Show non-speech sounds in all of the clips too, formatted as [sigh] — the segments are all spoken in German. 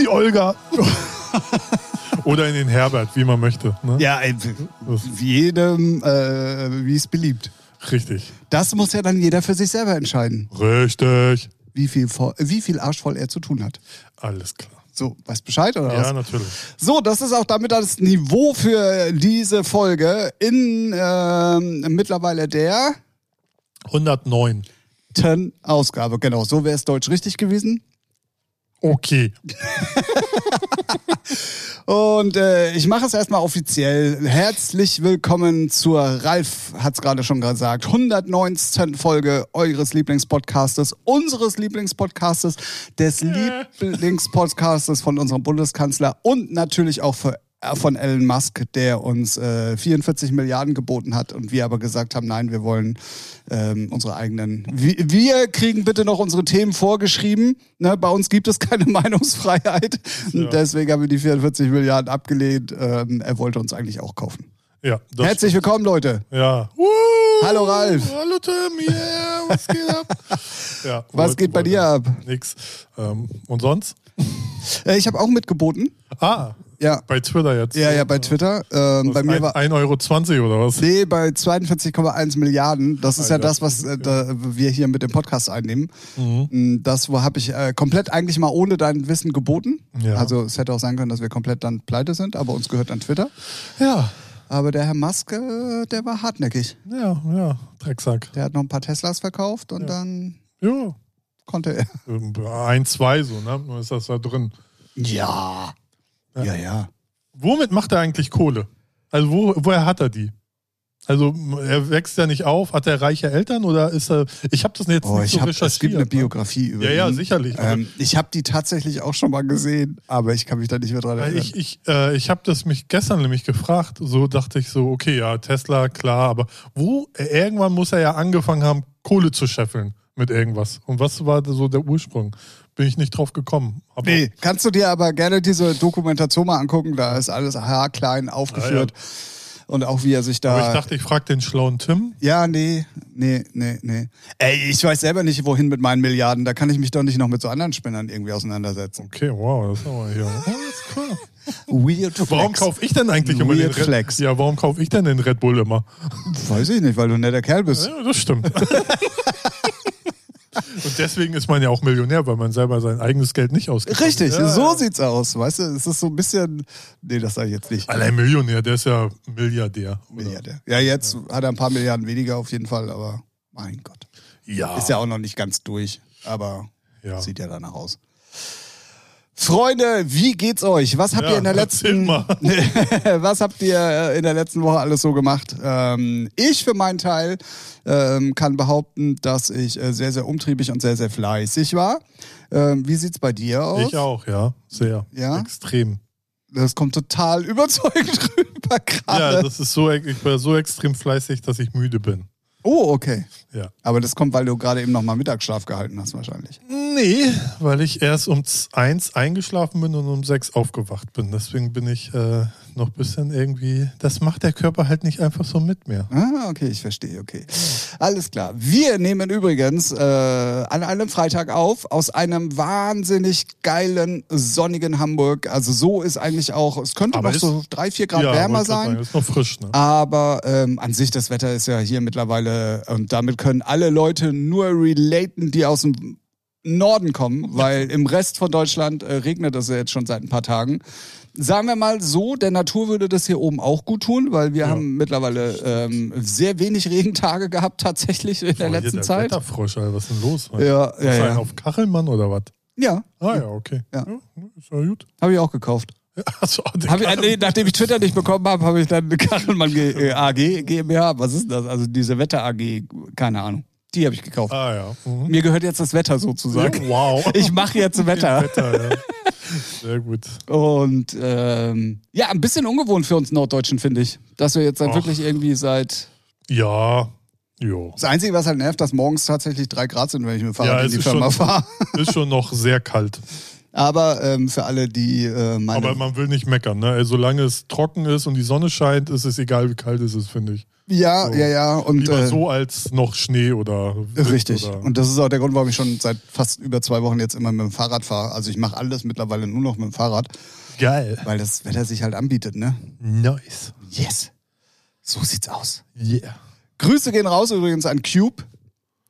die Olga. [laughs] Oder in den Herbert, wie man möchte. Ne? Ja, äh, jedem, äh, wie es beliebt. Richtig. Das muss ja dann jeder für sich selber entscheiden, Richtig. wie viel, vo- wie viel Arschvoll er zu tun hat. Alles klar. So, weißt Bescheid oder was? Ja, natürlich. So, das ist auch damit das Niveau für diese Folge in ähm, mittlerweile der 109. ten Ausgabe. Genau, so wäre es deutsch richtig gewesen. Okay. Und äh, ich mache es erstmal offiziell. Herzlich willkommen zur Ralf, hat's gerade schon gesagt, 119. Folge eures Lieblingspodcastes, unseres Lieblingspodcastes, des Lieblingspodcastes von unserem Bundeskanzler und natürlich auch für, äh, von Elon Musk, der uns äh, 44 Milliarden geboten hat und wir aber gesagt haben, nein, wir wollen ähm, unsere eigenen. Wir, wir kriegen bitte noch unsere Themen vorgeschrieben. Ne? Bei uns gibt es keine [laughs] Meinungsfreiheit. Ja. Deswegen haben wir die 44 Milliarden abgelehnt. Ähm, er wollte uns eigentlich auch kaufen. Ja, das Herzlich willkommen, Leute. Ja. Hallo, Ralf. Hallo Tim, yeah, was geht ab? [laughs] ja, Was wollte- geht bei wollte dir ab? Nix. Ähm, und sonst? Äh, ich habe auch mitgeboten. Ah, Ja, bei Twitter jetzt. ja, ja, bei Twitter. Ähm, bei mir war. 1,20 Euro oder was? Nee, bei 42,1 Milliarden. Das ist ja Alter. das, was äh, da, wir hier mit dem Podcast einnehmen. Mhm. Das habe ich äh, komplett eigentlich mal ohne dein Wissen geboten. Ja. Also es hätte auch sein können, dass wir komplett dann pleite sind, aber uns gehört dann Twitter. Ja, Aber der Herr Musk, äh, der war hartnäckig. ja, ja, Drecksack. Der hat noch ein paar Teslas verkauft und dann Ja, konnte er. ähm, ein, zwei so, ne? Nur ist das da drin. Ja. Ja, ja. Womit macht er eigentlich Kohle? Also wo, woher hat er die? Also m- er wächst ja nicht auf. Hat er reiche Eltern oder ist er? Ich habe das jetzt Oh, nicht ich so hab, recherchiert. es gibt eine ne? Biografie über Ja, ja, ihn. sicherlich. Ähm, ich habe die tatsächlich auch schon mal gesehen, aber ich kann mich da nicht mehr dran Weil erinnern. ich ich, äh, ich habe das mich gestern nämlich gefragt. So dachte ich so, okay, ja, Tesla, klar, aber wo? Irgendwann muss er ja angefangen haben, Kohle zu scheffeln mit irgendwas. Und was war so der Ursprung? Bin ich nicht drauf gekommen. Aber Nee, kannst du dir aber gerne diese Dokumentation mal angucken, da ist alles haarklein aufgeführt. Und auch wie er sich da. Aber ich dachte, ich frage den schlauen Tim. ja, nee, nee, nee, nee. Ey, ich weiß selber nicht, wohin mit meinen Milliarden. Da kann ich mich doch nicht noch mit so anderen Spinnern irgendwie auseinandersetzen. Okay, wow, das ist aber hier. Alles klar. Weird Warum Flex. kaufe ich denn eigentlich immer Weird den Red Flex. Ja, warum kaufe ich denn den Red Bull immer? Weiß ich nicht, weil du ein netter Kerl bist. Ja, das [laughs] stimmt. Und deswegen ist man ja auch Millionär, weil man selber sein eigenes Geld nicht ausgibt. Richtig, ja, so ja. sieht's aus. Weißt du, es ist so ein bisschen. Nee, das sage ich jetzt nicht. Allein Millionär, der ist ja Milliardär. oder? Milliardär. Ja, jetzt hat er ein paar Milliarden weniger auf jeden Fall, aber mein Gott. Ja. Ist ja auch noch nicht ganz durch, aber Ja. sieht ja danach aus. Freunde, wie geht's euch? Was habt Ja, ihr in der erzähl letzten mal. [laughs] Was habt ihr äh, in der letzten Woche alles so gemacht? Ähm, ich für meinen Teil ähm, kann behaupten, dass ich äh, sehr sehr umtriebig und sehr sehr fleißig war. Ähm, wie sieht's bei dir aus? Ich auch, ja. Sehr. Ja? Extrem. Das kommt total [laughs] überzeugend rüber gerade. Ja, das ist so, ich war so extrem fleißig, dass ich müde bin. oh, okay. Ja. Aber das kommt, weil du gerade eben noch mal Mittagsschlaf gehalten hast wahrscheinlich. Nee, weil ich erst um z- eins eingeschlafen bin und um sechs aufgewacht bin. Deswegen bin ich äh, noch ein bisschen irgendwie. Das macht der Körper halt nicht einfach so mit mehr. Ah, okay, ich verstehe, okay. Alles klar. Wir nehmen übrigens äh, an einem Freitag auf aus einem wahnsinnig geilen, sonnigen Hamburg. Also so ist eigentlich auch, es könnte Aber noch ist- so drei, vier Grad wärmer wollte gerade sein. Sagen, ist noch frisch, ne? Aber ähm, an sich, das Wetter ist ja hier mittlerweile, und damit können alle Leute nur relaten, die aus dem Norden kommen, weil im Rest von Deutschland äh, regnet es ja jetzt schon seit ein paar Tagen. Sagen wir mal so, der Natur würde das hier oben auch gut tun, weil wir haben mittlerweile ähm, sehr wenig Regentage gehabt tatsächlich in der Boah, hier letzten Zeit. Wetterfrosch, Alter, was ist denn los? Mann? Ja, Ist ja, er ja. ein auf Kachelmann oder was? Ja, Ah ja, okay. Ja. ist ja gut. [laughs] habe ich auch gekauft. Achso, der Hab ich, äh, nee, nachdem ich Twitter nicht bekommen habe, habe ich dann [laughs] eine Kachelmann G- äh, AG, GmbH, was ist das? Also diese Wetter AG, keine Ahnung. Die habe ich gekauft. Ah ja. Mhm. Mir gehört jetzt das Wetter sozusagen. Ja, [laughs] wow. Ich mache jetzt Wetter. Wetter, ja. Sehr gut. Und ähm, ja, ein bisschen ungewohnt für uns Norddeutschen, finde ich. Dass wir jetzt dann Och. wirklich irgendwie seit. Ja, jo. Das Einzige, was halt nervt, dass morgens tatsächlich drei Grad sind, wenn ich mit dem Fahrrad Ja, in es die ist Firma schon- fahre. [laughs] Ist schon noch sehr kalt. Aber ähm, für alle, die äh, meine. Aber man will nicht meckern, ne? Solange es trocken ist und die Sonne scheint, ist es egal, wie kalt es ist, finde ich. Ja, So. ja, ja. Und, Lieber äh, so als noch Schnee oder Wind Richtig. Oder Und das ist auch der Grund, warum ich schon seit fast über zwei Wochen jetzt immer mit dem Fahrrad fahre. Also ich mache alles mittlerweile nur noch mit dem Fahrrad, Geil. weil das Wetter sich halt anbietet, ne? Nice. Yes. So sieht's aus. Yeah. Grüße gehen raus übrigens an Cube.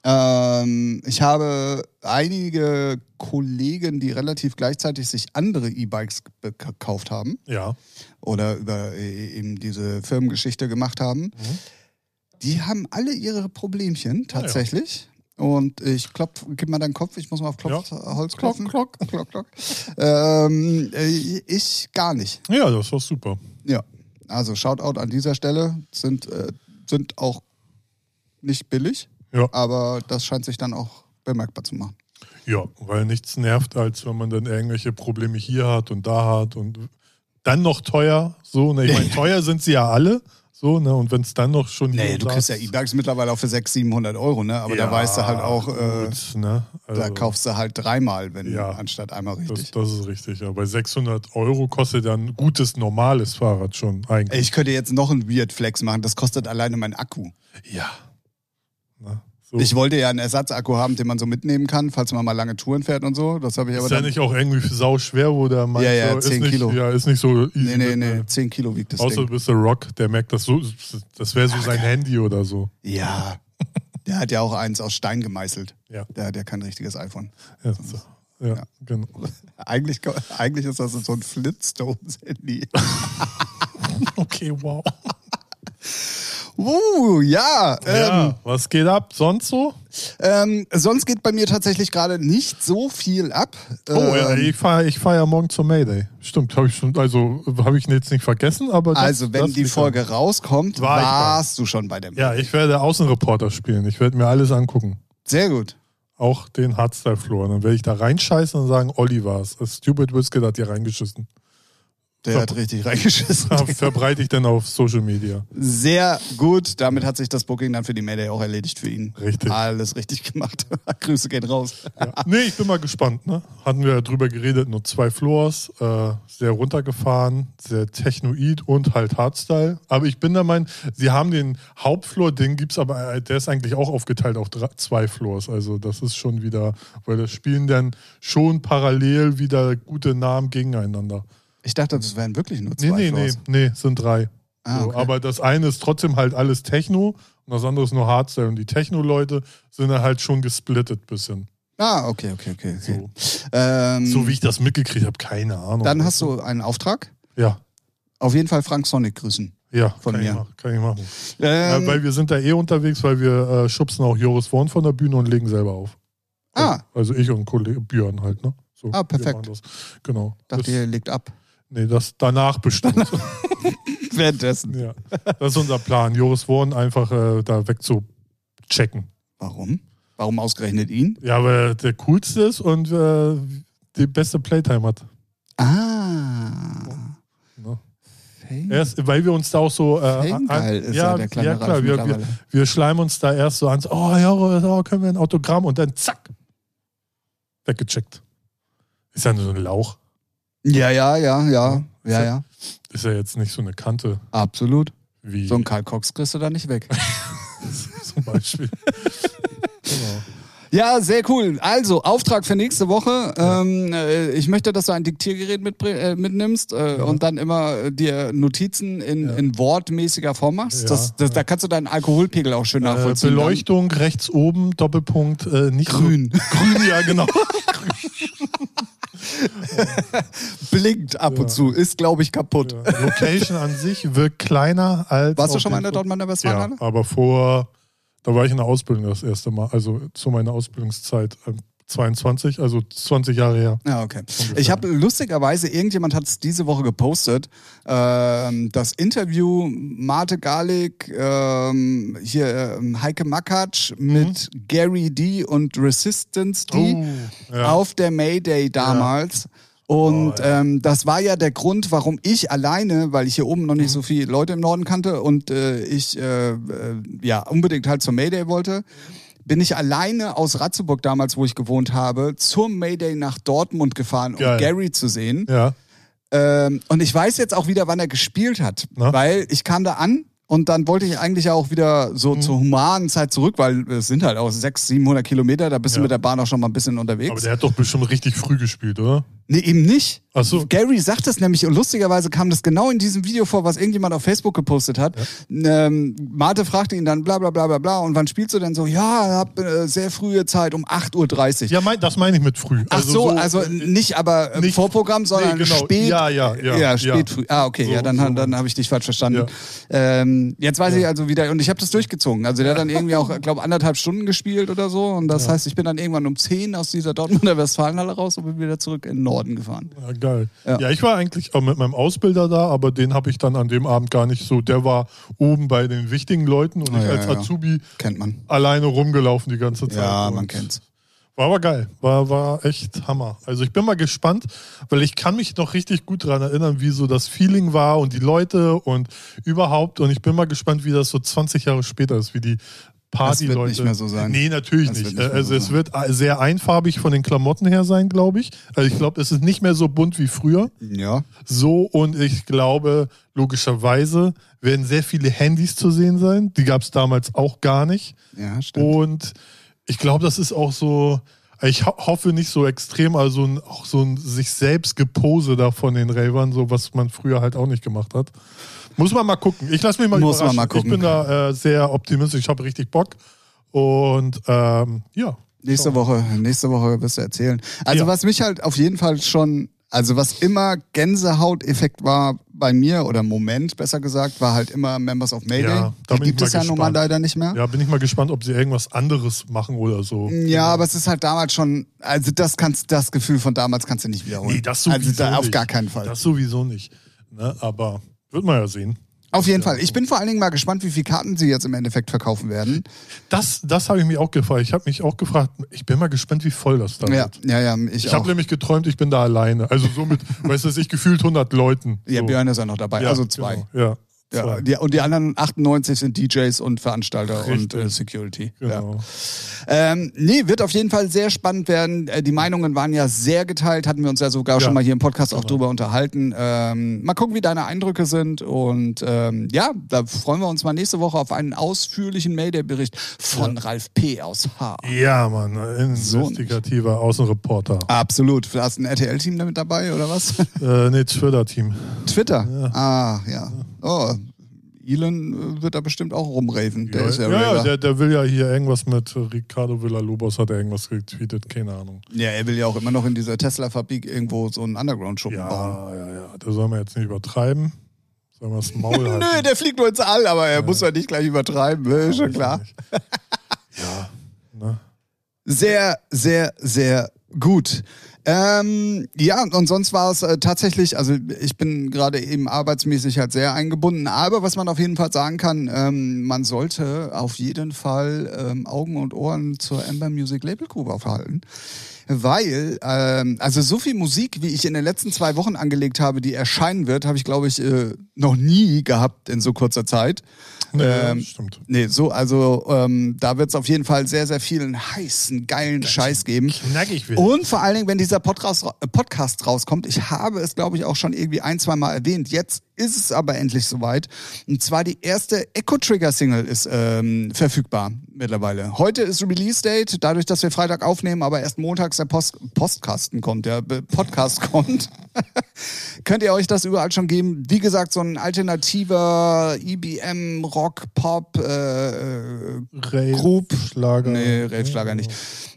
Ähm, ich habe einige Kollegen, die relativ gleichzeitig sich andere E-Bikes be- gekauft haben Ja. oder über äh, eben diese Firmengeschichte gemacht haben. Mhm. Die haben alle ihre Problemchen Ah, tatsächlich. Und ich klopf, gib mal deinen Kopf, ich muss mal auf Klopf, Holz Klock, klopfen. Klock, [laughs] klock, klock. Ähm, äh, ich gar nicht. Ja, das war super. Ja, also Shoutout an dieser Stelle. Sind, äh, sind auch nicht billig, Ja. aber das scheint sich dann auch bemerkbar zu machen. Ja, weil nichts nervt, als wenn man dann irgendwelche Probleme hier hat und da hat und dann noch teuer. So, [laughs] ne, ich meine, teuer sind sie ja alle. So, ne, und wenn es dann noch schon. hier Nee, und du da kriegst ja ist- E-Bikes mittlerweile auch für 600, 700 Euro, ne? Aber da Ja, weißt du halt auch, äh, gut, ne? also, da kaufst du halt dreimal, wenn Ja. anstatt einmal das, richtig. das ist richtig. Ja. Bei 600 Euro kostet ja ein gutes, normales Fahrrad schon Ey, eigentlich. Ich könnte jetzt noch einen Weird Flex machen, das kostet alleine mein Akku. Ja. Ne? So. Ich wollte ja einen Ersatzakku haben, den man so mitnehmen kann, falls man mal lange Touren fährt und so. Das habe ich aber ist ja dann. nicht auch irgendwie sau schwer, wo der meint, Ja, ja, so, ist 10 nicht, Kilo. Ja, ist nicht so easy. nee, nee, mit, nee. äh, 10 Kilo wiegt das Außer du Ding. bist der Rock, der merkt das so, das wäre so sein Handy oder so. [laughs] Ja. Der hat ja auch eins aus Stein gemeißelt. Ja. Der hat ja kein richtiges iPhone. Ja, so. ja, genau. [laughs] Eigentlich, eigentlich ist das so [laughs] ein Flintstones-Handy. Okay, wow. Uh, ja. Ähm, ja, was geht ab sonst so? ähm, sonst geht bei mir tatsächlich gerade nicht so viel ab. Ähm, Oh, ja, ich fahre ich fahr ja morgen zum Mayday. Stimmt, habe ich schon, also habe ich jetzt nicht vergessen, aber. [laughs] Das, also, wenn das die liegt Folge rauskommt, War ich da. warst du schon bei dem. An. Ja, ich werde Außenreporter spielen. Ich werde mir alles angucken. Sehr gut. Auch den Hardstyle-Floor. Dann werde ich da reinscheißen und sagen, Olli war's. Stupid Whiskey hat hier reingeschissen. Der Ja. hat richtig reingeschissen. [laughs] Verbreite ich dann auf Social Media. Sehr gut. Damit hat sich das Booking dann für die Mayday auch erledigt für ihn. Richtig. Alles richtig gemacht. [laughs] Grüße gehen raus. Ja. [laughs] Nee, ich bin mal gespannt. Ne? Hatten wir ja drüber geredet, nur zwei Floors, äh, sehr runtergefahren, sehr technoid und halt Hardstyle. Aber ich bin der Meinung, sie haben den Hauptfloor, den gibt's aber, äh, der ist eigentlich auch aufgeteilt auf drei, zwei Floors. Also das ist schon wieder, weil das spielen dann schon parallel wieder gute Namen gegeneinander. Ich dachte, das wären wirklich nur zwei Nee, nee, Floors. nee, nee, sind drei. Ah, so, okay. aber das eine ist trotzdem halt alles Techno und das andere ist nur Hardstyle. Und die Techno-Leute sind dann halt schon gesplittet bisschen. Ah, okay, okay, okay. okay. So. Ähm, So wie ich das mitgekriegt habe, keine Ahnung. dann hast du einen Auftrag. Ja, Auf jeden Fall Frank Sonic grüßen. ja, Von kann, mir. Ich machen, kann ich machen. Ähm, ja, weil wir sind da eh unterwegs, weil wir äh, schubsen auch Joris Worn von der Bühne und legen selber auf. ah, Also ich und Kollege Björn halt, ne? So, Ah, perfekt. wir machen Das. Genau. dachte, das, ihr legt [laughs] ab. nee, das danach bestimmt. Währenddessen. ja. Das ist unser Plan, Joris Worn einfach äh, da wegzuchecken. Warum? Warum ausgerechnet ihn? Ja, weil er der coolste ist und äh, die beste Playtime hat. Ah. Ne? Fame. Er ist, weil wir uns da auch so. Äh, an- Fangeil ist ja, er, der kleine ja, klar, Ralf wir, wir, mittlerweile. wir schleimen uns da erst so an, so, oh ja, oh, können wir ein Autogramm und dann zack, weggecheckt. Ist ja nur so ein Lauch. Ja, ja, ja, ja. Ja, ja. Ist ja jetzt nicht so eine Kante Absolut. wie So einen Karl Cox kriegst du da nicht weg. [laughs] zum [laughs] Beispiel. genau. Ja, sehr cool. Also, Auftrag für nächste Woche. Ähm, äh, ich möchte, dass du ein Diktiergerät mitbr- äh, mitnimmst äh, und dann immer äh, dir Notizen in, Ja. in wortmäßiger Form machst. Ja, das, das, ja. Da kannst du deinen Alkoholpegel auch schön Äh, nachvollziehen. Beleuchtung rechts oben, Doppelpunkt, äh, nicht so- Grün. grün, ja, [laughs] genau. Dann Blinkt ab und zu. Ist, glaube ich, kaputt. ja. Location an sich wirkt kleiner als. Warst du auf schon mal in der den- Dortmunder Ja, Westfalenhalle? aber vor, da war ich in der Ausbildung das erste Mal, also zu meiner Ausbildungszeit, ähm, 22, also 20 Jahre her. Ja, okay. Ich habe lustigerweise, irgendjemand hat es diese Woche gepostet, ähm, das Interview Marte Garlic, ähm, hier ähm, Heike Makatsch mit Gary D und Resistance D Oh, ja. auf der Mayday damals. Oh, Und ja. ähm, das war ja der Grund, warum ich alleine, weil ich hier oben noch nicht Mhm. so viele Leute im Norden kannte und äh, ich äh, äh, ja unbedingt halt zum Mayday wollte, bin ich alleine aus Ratzeburg damals, wo ich gewohnt habe, zum Mayday nach Dortmund gefahren, um Geil. Gary zu sehen. Ja, Ähm, und ich weiß jetzt auch wieder, wann er gespielt hat, Na? weil ich kam da an Und dann wollte ich eigentlich auch wieder Mhm. so zur humanen Zeit zurück, weil es sind halt auch 600, 700 Kilometer, da bist du Ja. mit der Bahn auch schon mal ein bisschen Aber unterwegs. der hat doch bestimmt richtig früh gespielt, oder? Nee, eben nicht. Ach so. Gary sagt es nämlich, und lustigerweise kam das genau in diesem Video vor, was irgendjemand auf Facebook gepostet hat. Ähm, Marte fragte ihn dann bla bla bla bla bla und wann spielst du denn so? Ja, hab äh, sehr frühe Zeit, um 8.30 Uhr. Ja, mein, das meine ich mit früh. Ach so, also nicht aber im nicht- Vorprogramm, sondern Nee, genau. spät. Ja, ja, ja, spät ja. früh. Ah, okay, So, ja, dann, so. dann habe ich dich falsch verstanden. Ähm, jetzt weiß ich also wieder, und ich habe das durchgezogen. Also der hat dann irgendwie [laughs] auch, glaube anderthalb Stunden gespielt oder so. Und das heißt, ich bin dann irgendwann um 10 aus dieser Dortmunder Westfalenhalle raus und bin wieder zurück in den Norden gefahren. Ja, geil. Ja. Ja. ich war eigentlich auch mit meinem Ausbilder da, aber den habe ich dann an dem Abend gar nicht so. Der war oben bei den wichtigen Leuten und Ah, ich ja, als ja. Azubi Kennt man. alleine rumgelaufen die ganze Zeit. Ja, Und man kennt's. War aber geil. War, war echt Hammer. Also ich bin mal gespannt, weil ich kann mich noch richtig gut daran erinnern, wie so das Feeling war und die Leute und überhaupt. Und ich bin mal gespannt, wie das so 20 Jahre später ist, wie die Party-Leute. Das wird nicht mehr so sein. Nee, natürlich Das wird nicht. nicht mehr also so es sein. wird sehr einfarbig von den Klamotten her sein, glaube ich. Also ich glaube, es ist nicht mehr so bunt wie früher. Ja. So und ich glaube, logischerweise werden sehr viele Handys zu sehen sein. Die gab es damals auch gar nicht. Ja, stimmt. Und ich glaube, das ist auch so, ich ho hoffe nicht so extrem, also ein, auch so ein sich selbst Gepose da von den Ravern, so was man früher halt auch nicht gemacht hat. Muss man mal gucken. Ich lasse mich mal Muss man überraschen. mal gucken. Ich bin da äh, sehr optimistisch, ich habe richtig Bock. Und ähm, ja. Nächste Woche, nächste Woche wirst du erzählen. Also Ja. was mich halt auf jeden Fall schon, also was immer Gänsehauteffekt war bei mir oder Moment besser gesagt, war halt immer Members of Mayday. Ja, da Die bin ich gibt mal es ja nun mal gespannt. leider nicht mehr. Ja, bin ich mal gespannt, ob sie irgendwas anderes machen oder so. Ja. aber es ist halt damals schon, also das kannst, das Gefühl von damals kannst du nicht wiederholen. Nee, das sowieso also da, auf nicht. gar keinen Fall. Das sowieso nicht. Ne? Aber wird man ja sehen. auf jeden Fall. Ich bin vor allen Dingen mal gespannt, wie viele Karten sie jetzt im Endeffekt verkaufen werden. Das, das habe ich mich auch gefragt. Ich habe mich auch gefragt, ich bin mal gespannt, wie voll das da Ja, wird. ja, ja. Ich, Ich auch. habe nämlich geträumt, ich bin da alleine. Also [laughs] somit, weißt du, ich gefühlt 100 Leuten. ja, so. Björn ist ja noch dabei, Ja, also zwei. Genau, ja, Ja, zwei. die, und die anderen 98 sind DJs und Veranstalter und Richtig. äh, Security. Ja. Genau. Ähm, nee, wird auf jeden Fall sehr spannend werden. Äh, die Meinungen waren ja sehr geteilt, hatten wir uns ja sogar Ja, Genau. schon mal hier im Podcast auch drüber unterhalten. Ähm, mal gucken, wie deine Eindrücke sind. Und ähm, ja, da freuen wir uns mal nächste Woche auf einen ausführlichen Mayday-Bericht von Ralf P. aus H. Ja, Mann, ein So Ah. investigativer Außenreporter. Absolut. Hast du ein RTL-Team damit dabei [laughs] oder was? Äh, nee, Twitter-Team. Twitter. Ah, ja. Oh, Elon äh, wird da bestimmt auch rumraven. Der ist ja, ja, Raver. der, der will ja hier irgendwas mit äh, Ricardo Villalobos, hat er irgendwas getweetet, keine Ahnung. Ja, er will ja auch immer noch in dieser Tesla-Fabrik irgendwo so einen Underground-Schuppen bauen. Ja, ja, ja, da sollen wir jetzt nicht übertreiben. Sollen wir das [laughs] Maul halten? Nö, der fliegt nur ins All, aber er muss ja nicht gleich übertreiben, ne? schon klar. ja, ne? Sehr, sehr, sehr gut. Ähm, ja, und sonst war es äh, tatsächlich, also ich bin gerade eben arbeitsmäßig halt sehr eingebunden, aber was man auf jeden Fall sagen kann, ähm, man sollte auf jeden Fall ähm, Augen und Ohren zur Amber Music Label Group aufhalten. Weil, ähm, also so viel Musik, wie ich in den letzten zwei Wochen angelegt habe, die erscheinen wird, habe ich, glaube ich, äh, noch nie gehabt in so kurzer Zeit. Nee, Ähm, ja, stimmt. Nee, so, also ähm, da wird es auf jeden Fall sehr, sehr vielen heißen, geilen Scheiß geben. Knackig wird. Und vor allen Dingen, wenn dieser Podcast, äh, Podcast rauskommt, ich habe es, glaube ich, auch schon irgendwie ein, zwei Mal erwähnt. Jetzt ist es aber endlich soweit. Und zwar die erste Echo Trigger Single ist ähm, verfügbar mittlerweile. Heute ist Release Date, dadurch, dass wir Freitag aufnehmen, aber erst montags der Post Postkasten kommt, der äh, Podcast [laughs] kommt. Könnt ihr euch das überall schon geben? Wie gesagt, so ein alternativer IBM, Rock, Pop, äh, Rave, Group. Schlager. Nee, Ralf Schlager nicht.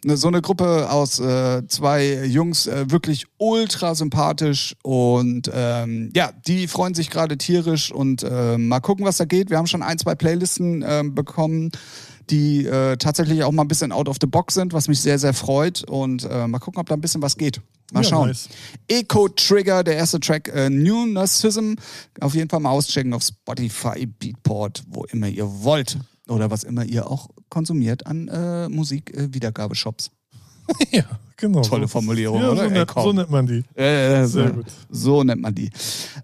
Ne, So eine Gruppe aus äh, zwei Jungs, äh, wirklich ultra sympathisch und ähm, ja, die freuen sich gerade tierisch und äh, mal gucken, was da geht. Wir haben schon ein, zwei Playlisten ähm, bekommen, die äh, tatsächlich auch mal ein bisschen out of the box sind, was mich sehr, sehr freut und äh, mal gucken, ob da ein bisschen was geht. Mal Ja, schauen. nice. Eco Trigger, der erste Track, äh, New Narcissism. Auf jeden Fall mal auschecken auf Spotify, Beatport, wo immer ihr wollt. Oder was immer ihr auch konsumiert an äh, Musik-Wiedergabeshops. [laughs] Ja, genau. Tolle Formulierung, ja, oder? So, Ey, nennt, komm. so nennt man die. Äh, so, gut. so nennt man die.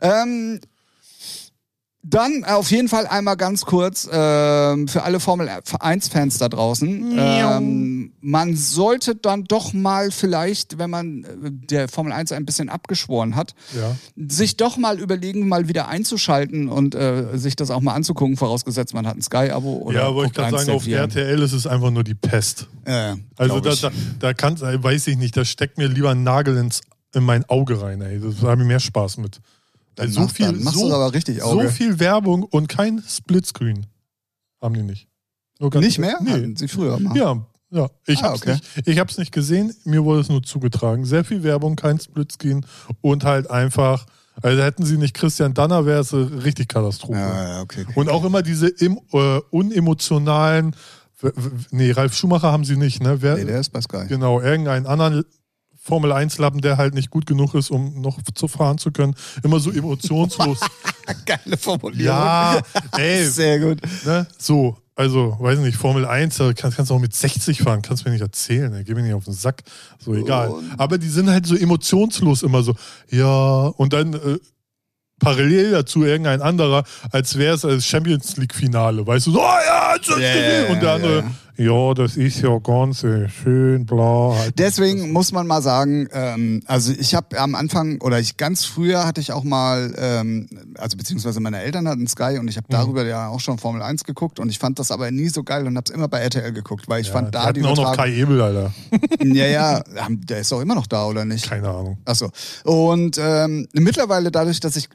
Ähm, Dann auf jeden Fall einmal ganz kurz ähm, für alle Formel 1-Fans da draußen. Ähm, man sollte dann doch mal vielleicht, wenn man äh, der Formel 1 ein bisschen abgeschworen hat, Ja. sich doch mal überlegen, mal wieder einzuschalten und äh, sich das auch mal anzugucken, vorausgesetzt man hat ein Sky-Abo oder ja, aber ich guckt kann sagen, eins der auf vier. RTL ist es einfach nur die Pest. Äh, Also glaub da, ich. da, da kann's, äh, weiß ich nicht, da steckt mir lieber ein Nagel ins, in mein Auge rein, ey. Das habe ich mehr Spaß mit. Dann Weil so mach- viel, dann machst so, du aber richtig so Auge. viel Werbung und kein Splitscreen haben die nicht. Nur ganz- Nicht mehr? Nee. Hatten sie früher mal. Ja, ja. Ich Ah, hab's okay. nicht, ich hab's nicht gesehen, mir wurde es nur zugetragen. Sehr viel Werbung, kein Splitscreen und halt einfach, also hätten sie nicht Christian Danner, wäre es eine richtig Katastrophe. Ja, ja, okay. okay. Und auch immer diese im, äh, unemotionalen, w- w- nee, Ralf Schumacher haben sie nicht, ne? Wer, Nee, der ist bei Sky. Genau, irgendeinen anderen Formel-1-Lappen, der halt nicht gut genug ist, um noch zu fahren zu können. Immer so [laughs] emotionslos. Geile Formulierung. ja, ey, Sehr gut. ne? So, also, weiß nicht, Formel 1, da kannst, kannst du auch mit 60 fahren, kannst mir nicht erzählen, ne? geh mir nicht auf den Sack. So, egal. Aber die sind halt so emotionslos immer so, ja, und dann äh, parallel dazu irgendein anderer, als wäre es das Champions League-Finale, weißt du, so, oh ja, jetzt hat's Ja, gewinnt. ja, und der ja, andere, ja. das ist ja ganz äh, schön, bla. Halt. Deswegen muss man mal sagen, ähm, also ich habe am Anfang oder ich ganz früher hatte ich auch mal, ähm, also beziehungsweise meine Eltern hatten Sky und ich Mhm. habe darüber ja auch schon Formel 1 geguckt und ich fand das aber nie so geil und habe es immer bei RTL geguckt, weil ich ja, fand die da die hatten auch noch Kai Übertragung. Ebel, Alter. Ja, ja, haben- der ist doch immer noch da oder nicht? Keine Ahnung. Achso. Und ähm, mittlerweile dadurch, dass ich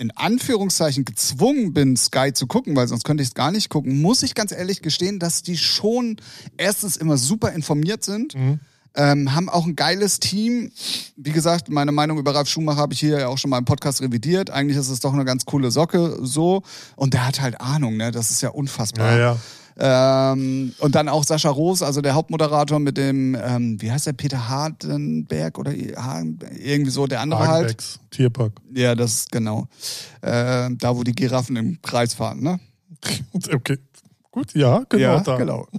in Anführungszeichen gezwungen bin, Sky zu gucken, weil sonst könnte ich es gar nicht gucken, muss ich ganz ehrlich gestehen, dass die schon erstens immer super informiert sind, Mhm. ähm, haben auch ein geiles Team. Wie gesagt, meine Meinung über Ralf Schumacher habe ich hier ja auch schon mal im Podcast revidiert. Eigentlich ist es doch eine ganz coole Socke so. Und der hat halt Ahnung, ne? Das ist ja unfassbar. Ja, ja. Ähm, und dann auch Sascha Roos, also der Hauptmoderator mit dem, ähm, wie heißt der, Peter Hardenberg oder I- Hagen- irgendwie so, der andere halt. Hagenbecks, Tierpark. [laughs] Ja, das ist genau. Ähm, da, wo die Giraffen im Kreis fahren, ne? Okay, gut, ja, genau ja, da. genau. [laughs]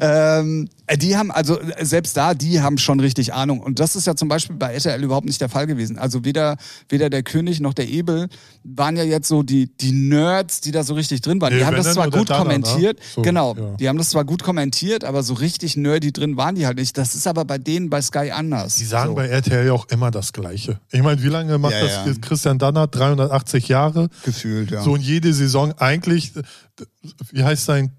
ähm, die haben, also äh, selbst da, die haben schon richtig Ahnung. Und das ist ja zum Beispiel bei RTL überhaupt nicht der Fall gewesen. Also weder, weder der König noch der Ebel waren ja jetzt so die, die Nerds, die da so richtig drin waren. Nee, die haben wenn dann das zwar nur der gut Danner, ne? kommentiert, So, genau, ja. die haben das zwar gut kommentiert, aber so richtig nerdy drin waren die halt nicht. Das ist aber bei denen bei Sky anders. Die sagen so. bei RTL ja auch immer das Gleiche. Ich meine, wie lange macht Ja, das ja. Christian Danner? 380 Jahre. gefühlt, ja. So und jede Saison eigentlich, äh, wie heißt sein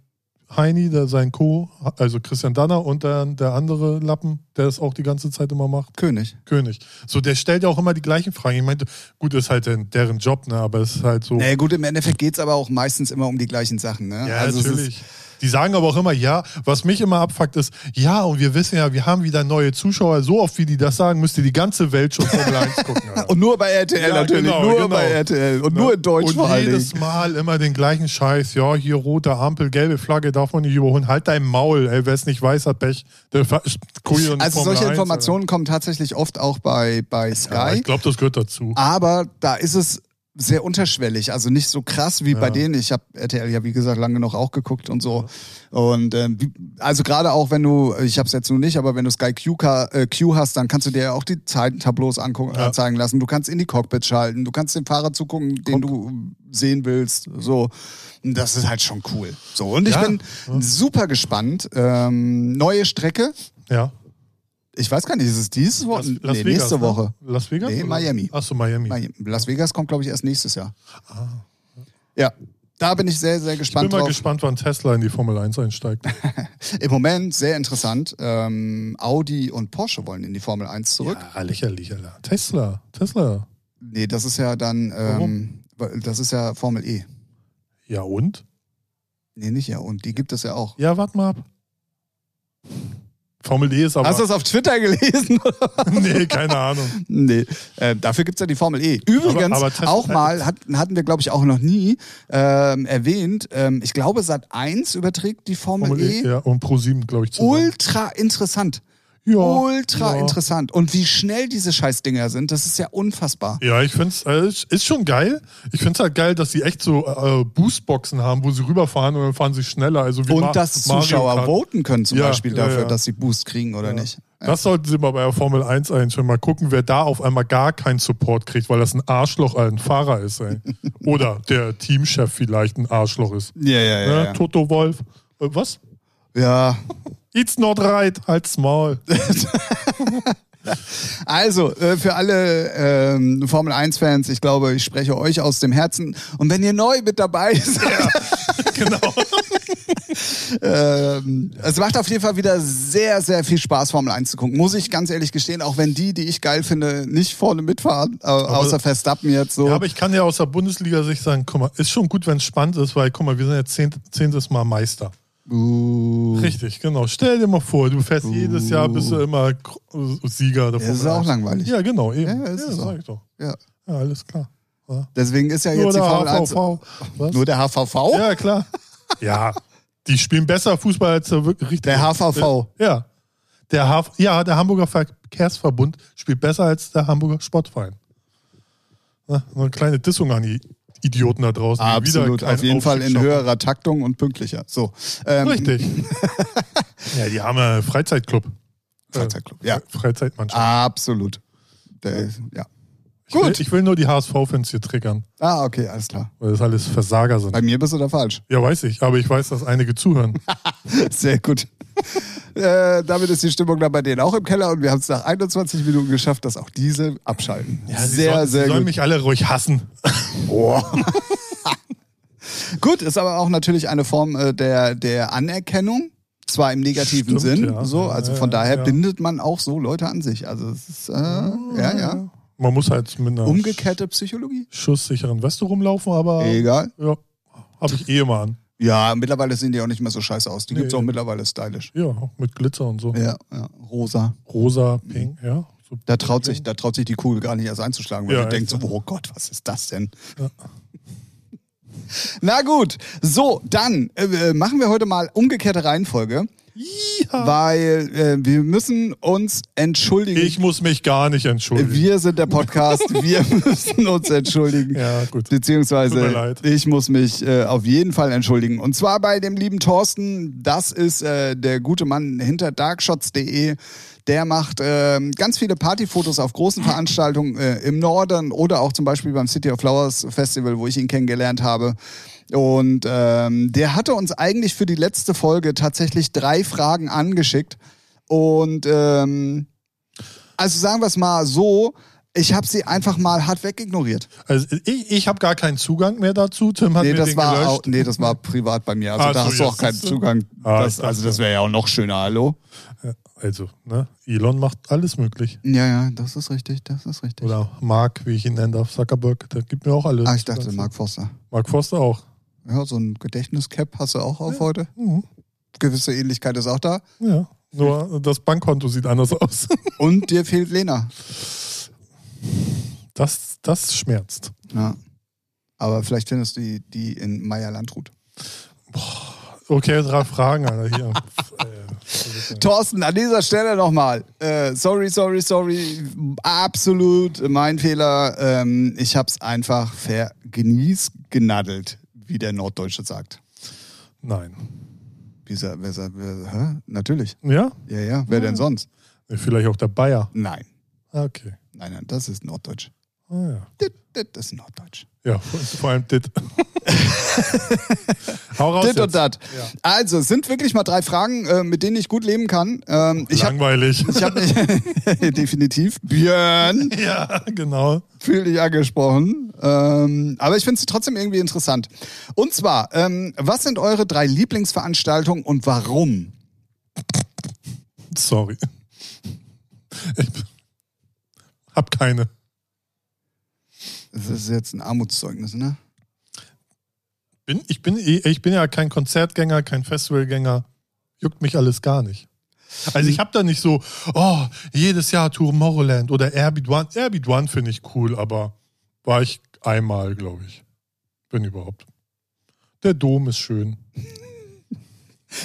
Heini, der, sein Co, also Christian Danner und dann der andere Lappen, der es auch die ganze Zeit immer macht, König. König. So, der stellt ja auch immer die gleichen Fragen. Ich meinte, gut, ist halt deren- deren Job, ne, aber es ist halt so. Naja, gut, im Endeffekt geht's aber auch meistens immer um die gleichen Sachen, ne? Ja, es ist- natürlich. Die sagen aber auch immer, ja, was mich immer abfuckt ist, ja, und wir wissen ja, wir haben wieder neue Zuschauer, so oft wie die das sagen, müsste die ganze Welt schon Formel 1 gucken. Alter. Und nur bei RTL Ja, natürlich, genau, nur genau. bei RTL und nur in Deutsch Und vor allen jedes Dingen. Mal immer den gleichen Scheiß. Ja, hier rote Ampel, gelbe Flagge, darf man nicht überholen. Halt dein Maul, ey, wer es nicht weiß, hat Pech. Der Ver- Kuh und Also Formel solche 1, Informationen kommen tatsächlich oft auch bei, bei Sky, Alter. Ja, ich glaube, das gehört dazu. aber da ist es sehr unterschwellig, also nicht so krass wie bei denen. Ich habe RTL ja wie gesagt lange noch auch geguckt und so. Und ähm, wie- also gerade auch wenn du, ich habe es jetzt noch nicht, aber wenn du Sky Q, ka- äh, Q hast, dann kannst du dir ja auch die Zeitentableaus angucken, Ja. zeigen lassen. Du kannst in die Cockpit schalten, du kannst dem Fahrer zugucken, den du sehen willst. So, Und das ist halt schon cool. So und ich Ja. bin super gespannt. Ähm, neue Strecke. Ja. Ich weiß gar nicht, ist es dieses Woche? Oh, nee, nächste ne? Woche. Las Vegas? Nee, Miami. Achso, Miami. Mal- Las Vegas kommt, glaube ich, erst nächstes Jahr. Ja, da bin ich sehr, sehr Ah. Ich bin gespannt mal drauf. gespannt, wann Tesla in die Formel 1 einsteigt. Im Moment sehr interessant. Ähm, Audi und Porsche wollen in die Formel 1 zurück. Ja, lächerlich, Alter. Tesla, Tesla. Nee, das ist ja dann, ähm, Warum? weil- das ist ja Formel E. Ja und? Nee, nicht ja. Und die gibt es ja auch. Ja, warte mal ab. Formel E ist aber. Hast du das auf Twitter gelesen? [laughs] [laughs] nee, keine Ahnung. nee, äh, dafür gibt's ja die Formel E. Übrigens, Aber- aber Tesla- auch mal, hat, hatten wir glaube ich auch noch nie ähm, erwähnt, ähm, ich glaube Sat 1 überträgt die Formel, Formel E. E, ja, und Pro 7, glaube ich, zusammen. Ultra interessant. ja, ultra ja. interessant. Und wie schnell diese Scheißdinger sind, das ist ja unfassbar. Ja, ich finde es äh, ist schon geil. Ich finde es halt geil, dass sie echt so äh, Boostboxen haben, wo sie rüberfahren und dann fahren sie schneller. Also wie Ma- Und dass Mario Zuschauer Kart. voten können zum Ja, Beispiel ja, dafür, ja. dass sie Boost kriegen oder nicht. Das sollten sie mal bei der Formel 1 einstellen. Mal gucken, wer da auf einmal gar keinen Support kriegt, weil das ein Arschloch äh, ein Fahrer ist. [laughs] Ey. Oder der Teamchef vielleicht ein Arschloch ist. Ja, ja, ja. Ne? Ja, Toto Wolf. Äh, was? ja. It's not right. Halt's Maul. Also, äh, für alle ähm, Formel 1-Fans, ich glaube, ich spreche euch aus dem Herzen. Und wenn ihr neu mit dabei [laughs] seid, genau. ähm, es macht auf jeden Fall wieder sehr, sehr viel Spaß, Formel 1 zu gucken. Muss ich ganz ehrlich gestehen, auch wenn die, die ich geil finde, nicht vorne mitfahren, äh, außer Verstappen jetzt so. Ja, aber ich kann ja aus der Bundesliga-Sicht sagen, guck mal, ist schon gut, wenn es spannend ist, weil, guck mal, wir sind jetzt zehnt, zehntes Mal Meister. Uh, Richtig, genau. Stell dir mal vor, du fährst jedes Jahr, bist du immer Kr- äh, Sieger davon. das Uh. ist auch langweilig. Ja, genau, eben. Ja, Ja, es das ist so. sag ich doch. Ja. Ja, alles klar. Ja. Deswegen ist ja Nur jetzt die der Formel 1. HVV. Was? Nur der HVV? Ja, klar. ja, die spielen besser Fußball als der wirklich richtige. Der HVV. Ja. Der H ja, der Hamburger Verkehrsverbund spielt besser als der Hamburger Sportverein. Na, so eine kleine Dissung an die Idioten da draußen. die wieder Absolut, keinen auf jeden Fall Aufstieg in schaffen. höherer Taktung und pünktlicher. So. Ähm, Richtig. [laughs] ja, die haben ja einen Freizeitclub. Freizeitclub. Ja, Freizeitmannschaft. absolut. Der, ja. ich, will, gut. ich will nur die HSV-Fans hier triggern, Ah, okay, alles klar. weil das alles Versager sind. Bei mir bist du da falsch. [laughs] Ja, weiß ich, aber ich weiß, dass einige [laughs] zuhören. Sehr gut. [laughs] äh, damit ist die Stimmung dann bei denen auch im Keller und wir haben es nach 21 Minuten geschafft, dass auch diese abschalten. sie sehr, sollen, sehr sie sollen gut. Oh. mich alle ruhig hassen. [laughs] Gut, ist aber auch natürlich eine Form äh, der, der Anerkennung. Zwar im negativen Stimmt, Sinn, ja. so, Ja, also ja, von daher ja. Ah, bindet man auch so Leute an sich. Also es ist, äh, ja, ja. Um- Man muss halt mit einer Umgekehrte Psychologie. schusssicheren Weste rumlaufen, aber Egal. ja, habe ich eh immer an. Ja, mittlerweile sehen die auch nicht mehr so scheiße aus. Die Nee. gibt's auch mittlerweile stylisch. Ja, auch mit Glitzer und so. Ja, ja, rosa. Rosa, pink, ja. So Da traut, sich, da traut sich die Kugel gar nicht erst einzuschlagen, weil Ja, die denkt so, echt. ne? oh Gott, was ist das denn? Ja. Na gut, so, dann äh, äh, machen wir heute mal umgekehrte Reihenfolge, Jiha. weil äh, wir müssen uns entschuldigen. Ich muss mich gar nicht entschuldigen. Äh, wir sind der Podcast, wir [laughs] müssen uns entschuldigen. ja, gut. Tut mir Beziehungsweise, leid. ich muss mich äh, auf jeden Fall entschuldigen. Und zwar bei dem lieben Thorsten. Das ist äh, der gute Mann hinter darkshots.de. Der macht ähm, ganz viele Partyfotos auf großen Veranstaltungen äh, im Norden oder auch zum Beispiel beim City of Flowers Festival, wo ich ihn kennengelernt habe. Und ähm, der hatte uns eigentlich für die letzte Folge tatsächlich drei Fragen angeschickt. Und ähm, also sagen wir es mal so, ich habe sie einfach mal hart wegignoriert. Also ich, ich habe gar keinen Zugang mehr dazu. Tim hat Nee, mir das den war auch, gelöscht. nee, das war privat bei mir. Also Ah, da so, hast du ja, auch keinen siehst du. Zugang. Ah, das, ich dachte- also das wäre ja auch noch schöner, hallo? Also, ne? Elon macht alles möglich. Ja, ja, das ist richtig, das ist richtig. Oder Mark, wie ich ihn nennen darf, Zuckerberg, der gibt mir auch alles. ah, ich dachte, Mark Foster. Mark Forster auch. Ja, so ein Gedächtniscap hast du auch auf heute. Mhm. Gewisse Ähnlichkeit ist auch da. Ja. Nur das Bankkonto sieht anders aus. [laughs] Und dir fehlt Lena. Das, das schmerzt. Ja. Aber vielleicht findest du die, die in Meier Landrut. Okay, drei Fragen, Alter. Hier. [laughs] Äh, Thorsten, an dieser Stelle nochmal. Äh, sorry, sorry, sorry. Absolut mein Fehler. Ähm, ich hab's einfach vergenieß genaddelt, wie der Norddeutsche sagt. Nein. Wie sa- wer, sa- wer, hä? Natürlich. Ja? Ja, ja. Wer denn sonst? Vielleicht auch der Bayer. Nein. Ah, Okay. Nein, nein, das ist Norddeutsch. Ah, ja. Das, das ist Norddeutsch. Ja, vor, vor allem [laughs] dit. Hau raus. Dit und jetzt. dat. Also, es sind wirklich mal drei Fragen, äh, mit denen ich gut leben kann. Ähm, ich habe Langweilig. ich hab nicht. [laughs] definitiv. Björn, [laughs] ja, genau. fühl dich angesprochen. Ähm, aber ich finde sie trotzdem irgendwie interessant. Und zwar, ähm, was sind eure drei Lieblingsveranstaltungen und warum? Sorry. Ich hab keine. Das ist jetzt ein Armutszeugnis, ne? Bin, ich, bin, eh- ich bin ja kein Konzertgänger, kein Festivalgänger. Juckt mich alles gar nicht. Also ich habe da nicht so, oh, jedes Jahr Tour Tomorrowland oder Airbeat One. Airbeat One finde ich cool, aber war ich einmal, glaube ich. Wenn überhaupt. Der Dom ist schön.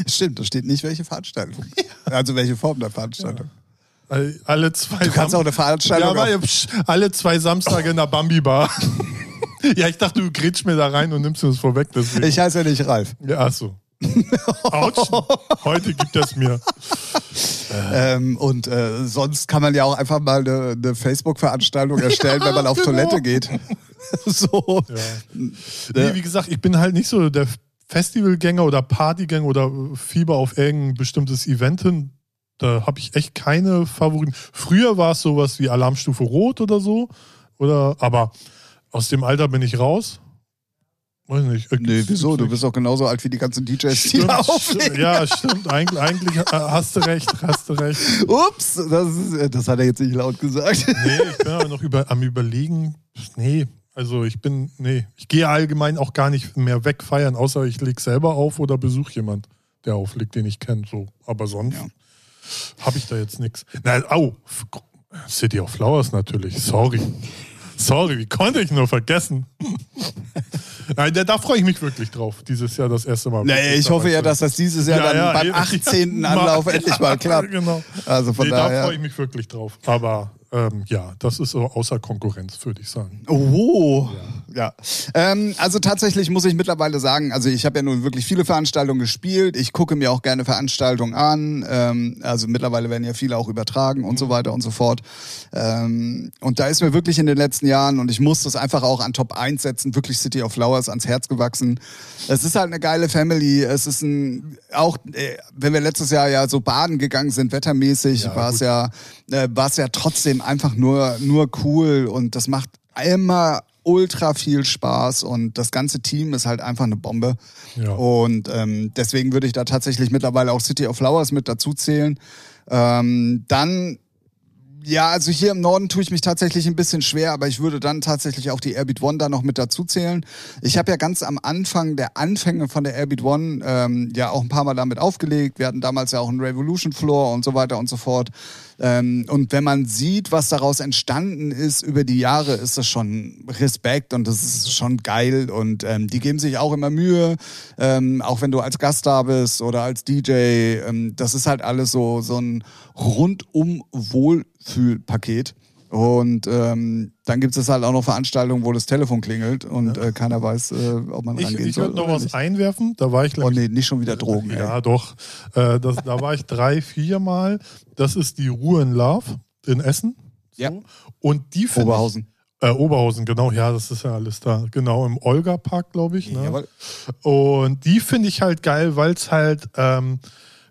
Stimmt, da steht nicht, welche Veranstaltung. Also, welche Form der Veranstaltung. All- Alle zwei Du kannst auch eine ja, Veranstaltung auf- aber, psch, alle zwei Samstage in der Bambi-Bar. [laughs] ja, ich dachte, du grätsch mir da rein und nimmst mir das vorweg. Deswegen. Ich [laughs] heiße ja nicht Ralf. Ja, ach so. Autsch. Heute gibt das mir. Ähm, und äh, sonst kann man ja auch einfach mal eine, eine Facebook-Veranstaltung erstellen, [laughs] wenn man auf genau. Toilette geht. so. Nee, wie gesagt, ich bin halt nicht so der Festivalgänger oder Partygänger oder Fieber auf irgendein bestimmtes Event hin. Da habe ich echt keine Favoriten. Früher war es sowas wie Alarmstufe Rot oder so. Oder, aber aus dem Alter bin ich raus. Weiß nicht. äh, Nee, [laughs] wieso? Du bist doch genauso alt wie die ganzen DJs, die da auflegen. Ja, stimmt. Eigentlich, eigentlich äh, hast du recht, hast du recht. Ups, das, ist, äh, das hat er jetzt nicht laut gesagt. Nee, ich bin aber noch über, am überlegen. Nee, also ich bin, nee, ich gehe allgemein auch gar nicht mehr wegfeiern, außer ich lege selber auf oder besuche jemand, der auflegt, den ich kenne. So. Aber sonst habe ich da jetzt nichts. Nein, au, F- City of Flowers natürlich, sorry. Sorry, wie konnte ich nur vergessen? [laughs] Nein, da, da freue ich mich wirklich drauf, dieses Jahr das erste Mal. [laughs] Nee, ich hoffe ja, dass das dieses Jahr dann beim eben. [laughs] 18. [laughs] Ja, Anlauf ja, endlich mal klappt. Genau. Also von nee, da freue daher. ich mich wirklich drauf. Aber ähm, ja, das ist so außer Konkurrenz, würde ich sagen. Oh, ja. Ähm, also tatsächlich muss ich mittlerweile sagen, also ich habe ja nun wirklich viele Veranstaltungen gespielt. Ich gucke mir auch gerne Veranstaltungen an. Ähm, also mittlerweile werden ja viele auch übertragen und so weiter und so fort. Ähm, und da ist mir wirklich in den letzten Jahren, und ich muss das einfach auch an Top 1 setzen, wirklich City of Flowers ans Herz gewachsen. Es ist halt eine geile Family. Es ist ein, auch äh, wenn wir letztes Jahr ja so baden gegangen sind, wettermäßig, Ja, war es gut. ja, äh, war es ja trotzdem einfach nur, nur cool und das macht immer ultra viel Spaß und das ganze Team ist halt einfach eine Bombe. Ja. Und ähm, deswegen würde ich da tatsächlich mittlerweile auch City of Flowers mit dazu zählen. Ähm, dann ja, also hier im Norden tue ich mich tatsächlich ein bisschen schwer, aber ich würde dann tatsächlich auch die Airbeat One da noch mit dazu zählen. Ich habe ja ganz am Anfang der Anfänge von der Airbeat One ähm, ja auch ein paar Mal damit aufgelegt. Wir hatten damals ja auch einen Revolution Floor und so weiter und so fort. Ähm, und wenn man sieht, was daraus entstanden ist über die Jahre, ist das schon Respekt und das ist schon geil. Und ähm, die geben sich auch immer Mühe, ähm, auch wenn du als Gast da bist oder als DJ. Ähm, das ist halt alles so, so ein rundum Wohlfühlpaket. Und ähm, dann gibt es halt auch noch Veranstaltungen, wo das Telefon klingelt und äh, keiner weiß, äh, ob man Ich, rangehen ich soll. würde noch oder was nicht. einwerfen. Da war ich Oh [laughs] nee, nicht schon wieder Drogen. ey. Ja, doch. Äh, das, da war ich drei, vier Mal. Das ist die Ruhe in Love in Essen. So. Ja. Und die find Oberhausen. Ich, äh, Oberhausen, genau. Ja, das ist ja alles da. Genau, im Olga-Park, glaube ich. Ne? Jawohl. Und die finde ich halt geil, weil es halt ähm,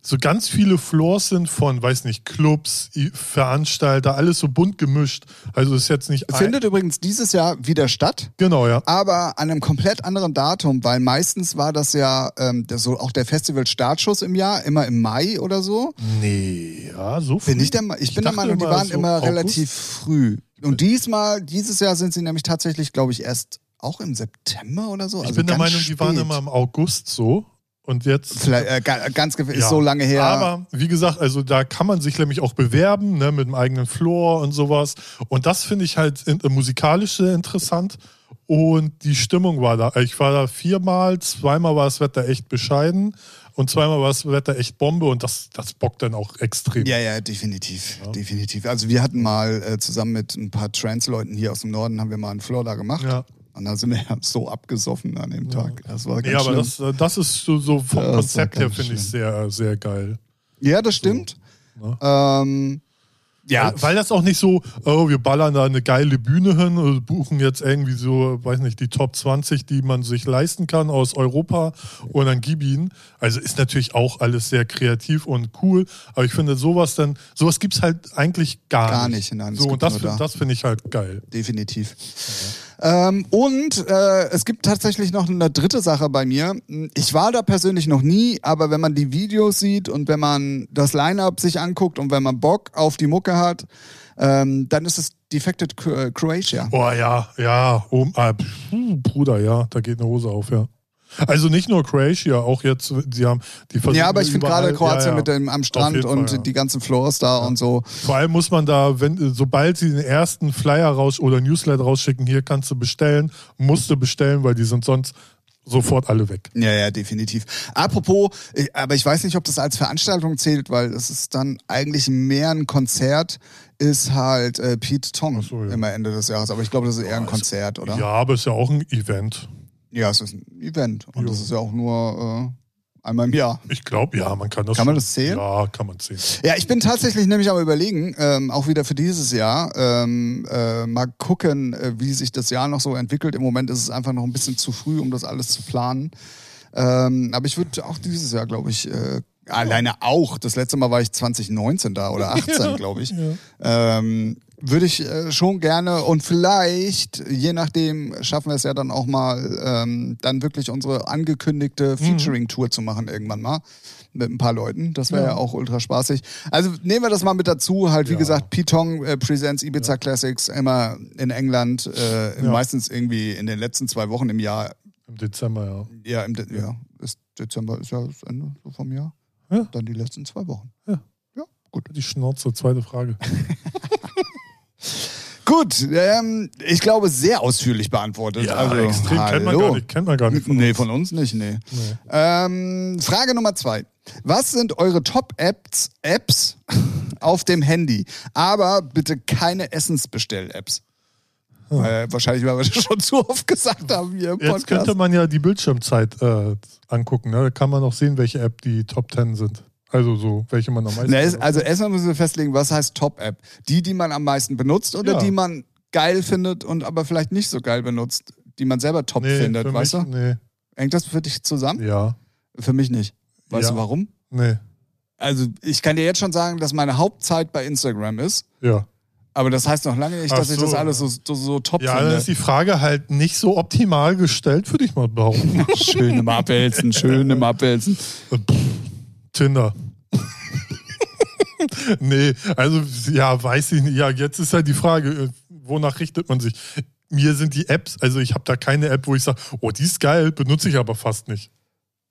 so ganz viele Floors sind von, weiß nicht, Clubs, I- Veranstalter, alles so bunt gemischt. Also ist jetzt nicht. ein- Findet übrigens dieses Jahr wieder statt. Genau, ja. aber an einem komplett anderen Datum, weil meistens war das ja ähm, der- so auch der Festival-Startschuss im Jahr, immer im Mai oder so. Nee, ja, so Bin früh? ich, der, Ma- ich bin der dachte Meinung, die waren so immer August. relativ früh. Und diesmal, dieses Jahr sind sie nämlich tatsächlich, glaube ich, erst auch im September oder so. Ich also bin der ganz Meinung, die waren spät. immer im August so. Und jetzt. Vielleicht, äh, ga- ganz ge- ist Ja. so lange her. Aber wie gesagt, also da kann man sich nämlich auch bewerben, ne, mit dem eigenen Floor und sowas. Und das finde ich halt in, äh, musikalisch sehr interessant. Und die Stimmung war da. Ich war da viermal, zweimal war das Wetter echt bescheiden und zweimal war das Wetter echt Bombe und das, das bockt dann auch extrem. Ja, ja, definitiv, definitiv. Also wir hatten mal äh, zusammen mit ein paar Trans-Leuten hier aus dem Norden, haben wir mal einen Floor da gemacht. Ja. Und da sind wir [laughs] so abgesoffen an dem Tag. Das war ganz Nee, aber schlimm. das, äh, das ist so, so vom Ja, das war Konzept her, ganz finde ich, schlimm. sehr, sehr geil. Ja, das stimmt. ne? Ähm, ja, Weil, weil das auch nicht so, oh, wir ballern da eine geile Bühne hin, äh, buchen jetzt irgendwie so, weiß nicht, die Top 20, die man sich leisten kann aus Europa und dann gib ihn. Also ist natürlich auch alles sehr kreativ und cool, aber ich finde sowas dann, sowas gibt's halt eigentlich gar, Gar nicht, nein, das so, und das, gibt's nur find- da. das finde ich halt geil. definitiv. Ähm, und äh, es gibt tatsächlich noch eine dritte Sache bei mir. Ich war da persönlich noch nie, aber wenn man die Videos sieht und wenn man das Line-up sich anguckt und wenn man Bock auf die Mucke hat, ähm, dann ist es Defected Cro- Croatia. Boah, ja, ja, um, ah, pf, Bruder, ja, da geht eine Hose auf, ja. Also nicht nur Croatia, auch jetzt, die haben, die versuchen Ja, aber ich finde überall- gerade Kroatien ja, ja. mit dem am Strand jeden und Fall, ja. die ganzen Floors da und so. Vor allem muss man da, wenn, sobald sie den ersten Flyer raus oder Newsletter rausschicken, hier kannst du bestellen, musst du bestellen, weil die sind sonst sofort alle weg. Ja, ja, definitiv. Apropos, äh, aber ich weiß nicht, ob das als Veranstaltung zählt, weil es ist dann eigentlich mehr ein Konzert, ist halt äh, Pete Tong so, ja. Oh, also, immer Ende des Jahres. Aber ich glaube, das ist eher ein Konzert, oder? Ja, aber ist ja auch ein Event. Ja, es ist ein Event. Und Jo. das ist ja auch nur äh, Einmal im Jahr. Ich glaube, ja, man kann das. Kann man schon- das zählen? Ja, kann man zählen. Ja, ich bin tatsächlich nämlich am überlegen, ähm, auch wieder für dieses Jahr, ähm, äh, mal gucken, äh, wie sich das Jahr noch so entwickelt. Im Moment ist es einfach noch ein bisschen zu früh, um das alles zu planen. Ähm, aber ich würde auch dieses Jahr, glaube ich, äh, alleine auch, das letzte Mal war ich 2019 da [laughs] oder 18, glaube ich, ähm, würde ich äh, schon gerne und vielleicht, je nachdem, schaffen wir es ja dann auch mal, ähm, dann wirklich unsere Mhm. angekündigte Featuring-Tour zu machen irgendwann mal mit ein paar Leuten. Das wäre ja. auch ultra spaßig. Also nehmen wir das mal mit dazu. Halt, wie Ja. gesagt, Pitong äh, presents Ibiza Classics immer in England, äh, Ja. meistens irgendwie in den letzten zwei Wochen im Jahr Im Dezember, ja. ja, im De ja. Ist Dezember ist ja das Ende so vom Jahr. Ja. Dann die letzten zwei Wochen. Ja. Ja, gut. Die Schnauze, zweite Frage. Gut, ähm, ich glaube, sehr ausführlich beantwortet. also, extrem hallo. kennt man gar nicht. Kennt man gar nicht von nee, uns. von uns nicht, nee. Nee. Ähm, Frage Nummer zwei. Was sind eure Top-Apps Apps [laughs] auf dem Handy? Aber bitte keine Essensbestell-Apps. Weil wahrscheinlich, weil wir das schon zu oft gesagt haben hier im Hm. Jetzt Podcast. könnte man ja die Bildschirmzeit äh, angucken. Ne? Da kann man auch sehen, welche App die Top 10 sind. Also so, welche man am meisten. Na, es- also erstmal müssen wir festlegen, was heißt Top-App? Die, die man am meisten benutzt oder Ja. die man geil findet und aber vielleicht nicht so geil benutzt, die man selber top nee, findet, für weißt mich, du? Nee, Hängt das für dich zusammen? ja, Für mich nicht. Weißt Ja. du warum? nee, Also ich kann dir jetzt schon sagen, dass meine Hauptzeit bei Instagram ist, ja. aber das heißt noch lange nicht, Ach dass ich so, das alles so, so, so top Ja, dann ist finde. die Frage halt nicht so optimal gestellt, würde ich mal behaupten. [laughs] Schön im Abwälzen, schön im Abwälzen. Tinder. [laughs] nee, also ja, weiß ich nicht. Ja, jetzt ist halt die Frage, äh, wonach richtet man sich? Mir sind die Apps, also ich habe da keine App, wo ich sage, oh, die ist geil, benutze ich aber fast nicht.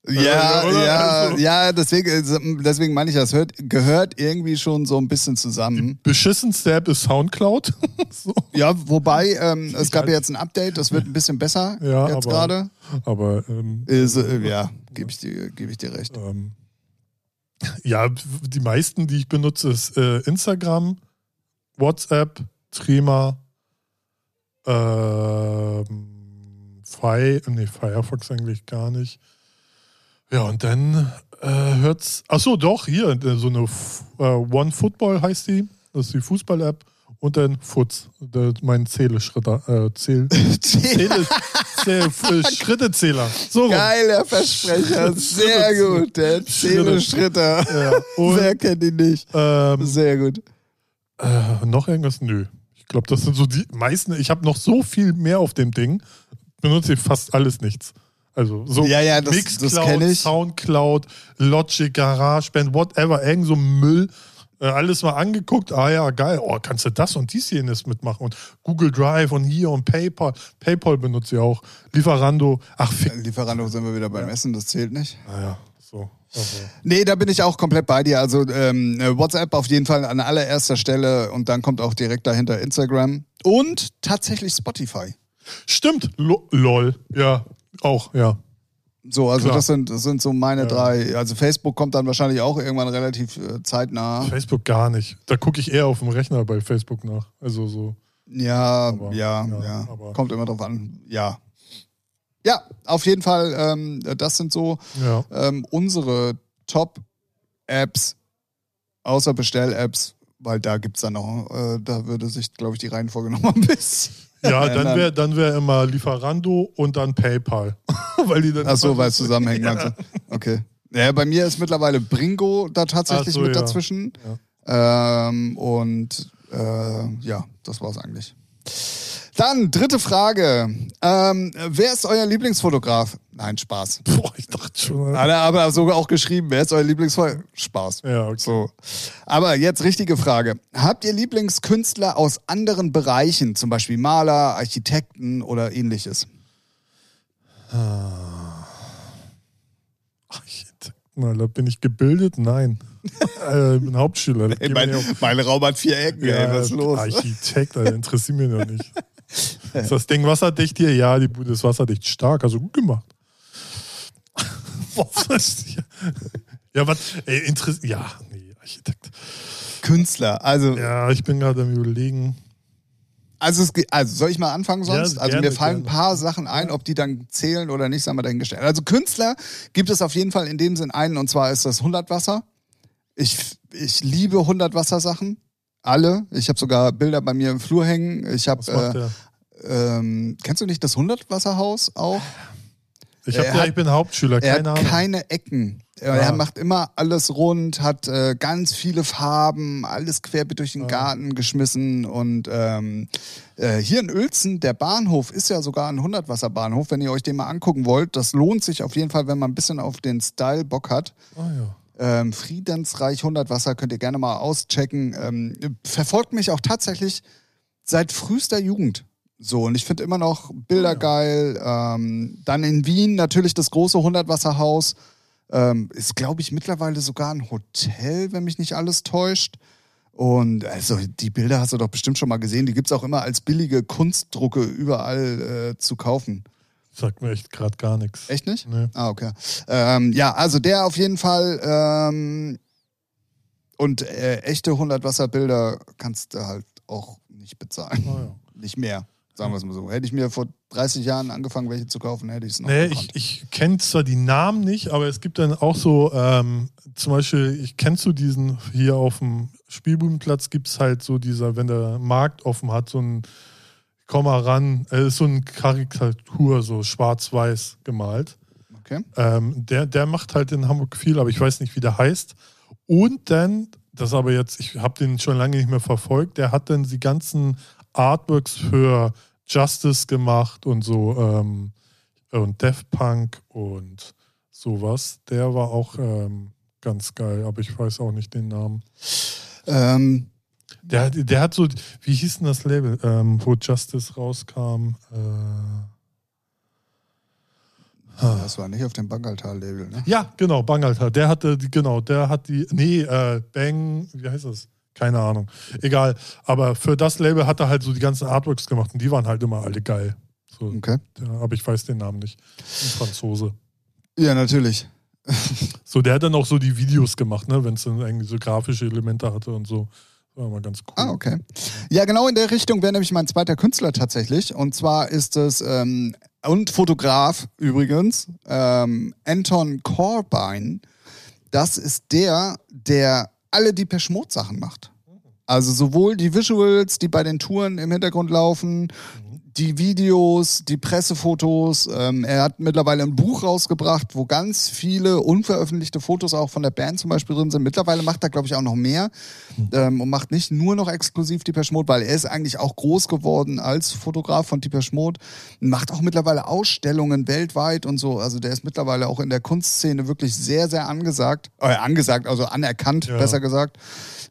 Ja, Oder? ja, Also- ja, deswegen, äh, deswegen meine ich das, hört, gehört irgendwie schon so ein bisschen zusammen. Beschissenste App ist Soundcloud. [laughs] so. Ja, wobei, ähm, es gab halt- ja jetzt ein Update, das wird ein bisschen besser Ja, jetzt aber- gerade. Aber ähm, Ist, äh, ja, gebe ich, dir- geb ich dir [laughs] recht. ähm, ja, die meisten, die ich benutze, ist äh, Instagram, WhatsApp, Trima, ähm, Fi nee, Firefox eigentlich gar nicht. Ja, und dann äh, hört's. Ach so, doch, hier, äh, so eine F- äh, One Football heißt die. Das ist die Fußball-App. Und dann Futz, der- mein Zähle-Schritter, äh, Zähl. Zähle, Zähl, äh, Schrittezähler. So rum. Geiler [laughs] Versprecher, sehr Schritte. gut. Der Schritte. Zähne-Schritter. Ja, und Wer kennt ihn nicht? ähm, Sehr gut. äh, noch irgendwas? Nö. Ich glaube, das sind so die meisten. Ich habe noch so viel mehr auf dem Ding. Benutze ich fast alles nichts. Also so Ja, ja, das- Mixcloud, das kenn ich. Soundcloud, Logic, GarageBand, whatever, irgend so Müll. Äh, alles mal angeguckt. Ah ja, geil. Oh, kannst du das und dies jenes mitmachen? Und Google Drive und hier und PayPal. PayPal benutze ich auch. Lieferando. Ach, fick. Lieferando sind wir wieder beim Essen, das zählt nicht. Naja, so. Also, Nee, da bin ich auch komplett bei dir. Also ähm, äh, WhatsApp auf jeden Fall an allererster Stelle und dann kommt auch direkt dahinter Instagram und tatsächlich Spotify. stimmt. Lo lol. Ja, auch, ja. So, also Klar. das sind, das sind so meine drei. Also Facebook kommt dann wahrscheinlich auch irgendwann relativ äh, zeitnah. Facebook gar nicht. Da gucke ich eher auf dem Rechner bei Facebook nach. Also so. Ja, Aber, ja, ja. ja, aber- kommt immer drauf an. Ja. Ja, auf jeden Fall, ähm, das sind so Ja. ähm, unsere Top-Apps, außer Bestell-Apps, weil da gibt's dann noch, äh, da würde sich, glaube ich, die Reihenfolge [laughs] nochmal ein bisschen. Ja, ändern. dann wäre dann wär immer Lieferando und dann PayPal. [laughs] weil die dann Ach so, weil es zusammenhängt, meinst du? Okay. Ja, bei mir ist mittlerweile Bringo da tatsächlich Ach so, mit ja. dazwischen. Ähm, und äh, ja, das war's eigentlich. Dann, dritte Frage. Ähm, wer ist euer Lieblingsfotograf? Nein, Spaß. Boah, ich dachte schon. Alter. Hat er aber sogar auch geschrieben, wer ist euer Lieblingsfotograf? Spaß. Ja, okay. So. Aber jetzt richtige Frage. Habt ihr Lieblingskünstler aus anderen Bereichen, zum Beispiel Maler, Architekten oder ähnliches? Architekten, Alter. Bin ich gebildet? Nein. äh, bin Hauptschüler. Geh mal hier auf- Raum hat vier Ecken, Architekt, Alter, interessiert mich doch nicht. Ist das Ding wasserdicht hier? Ja, die Bude ist wasserdicht stark, also gut gemacht. Was ist hier? ja, was? Ey, interess- ja, nee, Architekt. Künstler, also Ja, ich bin gerade am überlegen. Also, es, ge- also soll ich mal anfangen sonst? Ja, also gerne, mir fallen ein gerne. paar Sachen ein, ob die dann zählen oder nicht, sagen wir dahingestellt. Also Künstler gibt es auf jeden Fall in dem Sinn einen und zwar ist das 100 Wasser. Ich, ich liebe 100 Wassersachen. Alle. Ich habe sogar Bilder bei mir im Flur hängen. Ich Was macht habe, der? äh, ähm, kennst du nicht das 100 Wasserhaus auch? Ich, hab, er ja, hat- ich bin Hauptschüler, Er keine hat Ahnung. keine Ecken. Er Ja. macht immer alles rund, hat äh, ganz viele Farben, alles querbeet durch den Garten geschmissen. Und ähm, äh, hier in Uelzen, der Bahnhof ist ja sogar ein 100-Wasser-Bahnhof. Wenn ihr euch den mal angucken wollt, das lohnt sich auf jeden Fall, wenn man ein bisschen auf den Style Bock hat. Ah, ja. Ähm, Friedensreich 100 Wasser könnt ihr gerne mal auschecken. Ähm, verfolgt mich auch tatsächlich seit frühester Jugend. So, und ich finde immer noch Bilder geil. Ähm, dann in Wien natürlich das große 100 Wasserhaus. Ähm, ist, glaube ich, mittlerweile sogar ein Hotel, wenn mich nicht alles täuscht. Und also die Bilder hast du doch bestimmt schon mal gesehen. Die gibt es auch immer als billige Kunstdrucke überall äh, zu kaufen. Sagt mir echt gerade gar nichts. Echt nicht? Nee. Ah, okay. Ähm, ja, also der auf jeden Fall. Ähm, und äh, echte 100 Wasserbilder kannst du halt auch nicht bezahlen. Ah, ja. Nicht mehr, sagen wir es mal so. Hätte ich mir vor 30 Jahren angefangen, welche zu kaufen, hätte ich es noch Nee, gekonnt. ich, ich kenne zwar die Namen nicht, aber es gibt dann auch so, ähm, zum Beispiel, ich kennst du diesen hier auf dem Spielbudenplatz, gibt es halt so dieser, wenn der Markt offen hat, so ein Komm mal ran, äh, ist so eine Karikatur, so schwarz-weiß gemalt. Okay. Ähm, der, der macht halt in Hamburg viel, aber ich weiß nicht, wie der heißt. Und dann, das aber jetzt, ich habe den schon lange nicht mehr verfolgt, der hat dann die ganzen Artworks für Justice gemacht und so ähm, und Death Punk und sowas. Der war auch ähm, ganz geil, aber ich weiß auch nicht den Namen. Ähm, Der, der hat so, wie hieß denn das Label, ähm, wo Justice rauskam? Äh, das war nicht auf dem Bangalter-Label, ne? ja, genau, Bangalter. Der hatte, die, genau, der hat die, nee, äh, Bang, wie heißt das? Keine Ahnung. Egal. Aber für das Label hat er halt so die ganzen Artworks gemacht und die waren halt immer alle geil. So, Okay. der, aber ich weiß den Namen nicht. Ein Franzose. Ja, natürlich. So, der hat dann auch so die Videos gemacht, ne, wenn es dann irgendwie so grafische Elemente hatte und so. War immer ganz cool. Ah, okay. Ja, genau in der Richtung wäre nämlich mein zweiter Künstler tatsächlich. Und zwar ist es, ähm, und Fotograf übrigens, ähm, Anton Corbijn. Das ist der, der alle die Peschmod-Sachen macht. Also sowohl die Visuals, die bei den Touren im Hintergrund laufen, die Videos, die Pressefotos. Ähm, er hat mittlerweile ein Buch rausgebracht, wo ganz viele unveröffentlichte Fotos auch von der Band zum Beispiel drin sind. Mittlerweile macht er, glaube ich, auch noch mehr ähm, und macht nicht nur noch exklusiv Depeche Mode, weil er ist eigentlich auch groß geworden als Fotograf von Depeche Mode. Macht auch mittlerweile Ausstellungen weltweit und so. Also der ist mittlerweile auch in der Kunstszene wirklich sehr, sehr angesagt. Äh, angesagt, also anerkannt, Ja. besser gesagt.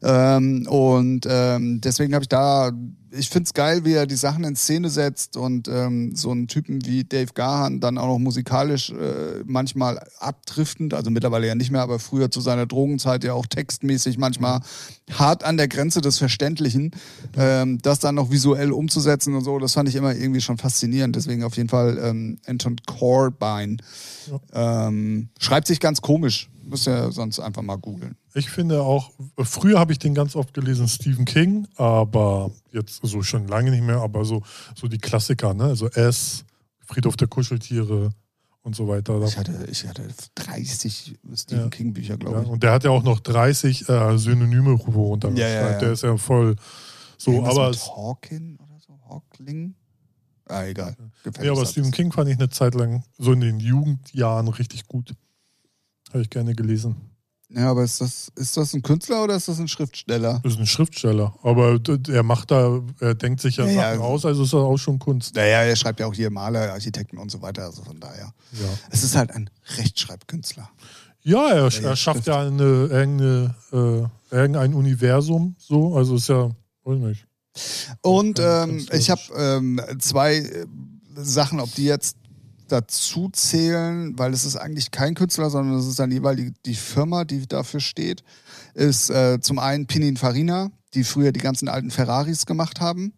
Ähm, und ähm, deswegen habe ich da, ich finde es geil, wie er die Sachen in Szene setzt und ähm, so einen Typen wie Dave Gahan dann auch noch musikalisch äh, manchmal abdriftend, also mittlerweile ja nicht mehr, aber früher zu seiner Drogenzeit ja auch textmäßig manchmal hart an der Grenze des Verständlichen, ähm, das dann noch visuell umzusetzen und so, das fand ich immer irgendwie schon faszinierend. Deswegen auf jeden Fall ähm, Anton Corbijn. Ähm, schreibt sich ganz komisch. Müsst ihr sonst einfach mal googeln. Ich finde auch, früher habe ich den ganz oft gelesen, Stephen King, aber jetzt so schon lange nicht mehr, aber so, so die Klassiker, ne? Also S, Friedhof der Kuscheltiere und so weiter. Ich hatte, ich hatte 30 Stephen Ja. King Bücher, ja, glaube ich. und der hat ja auch noch 30 äh, Synonyme runter. Ja, ja, ja. Der ist ja voll so, Irgendwas aber, mit es- Hawking oder so? Hawkling? Ah, egal. Gefällt ja, mir aber das Stephen alles. King fand ich eine Zeit lang so in den Jugendjahren richtig gut. Habe ich gerne gelesen. Ja, aber ist das, ist das ein Künstler oder ist das ein Schriftsteller? Ist ein Schriftsteller, aber d- er macht da, er denkt sich ja, Ja, ja. Sachen aus, also ist das auch schon Kunst. Naja, er schreibt ja auch hier Maler, Architekten und so weiter. Also von daher. Ja. Es ist halt ein Rechtschreibkünstler. Ja, er, Ja, ja, er schafft ja eine, irgendeine, äh, irgendein Universum so. Also ist ja, weiß nicht. Und Ja, ähm, ganz ich habe logisch. ähm, zwei äh, Sachen, ob die jetzt dazu zählen, weil es ist eigentlich kein Künstler, sondern es ist dann jeweils die, die Firma, die dafür steht, ist äh, zum einen Pininfarina, die früher die ganzen alten Ferraris gemacht haben.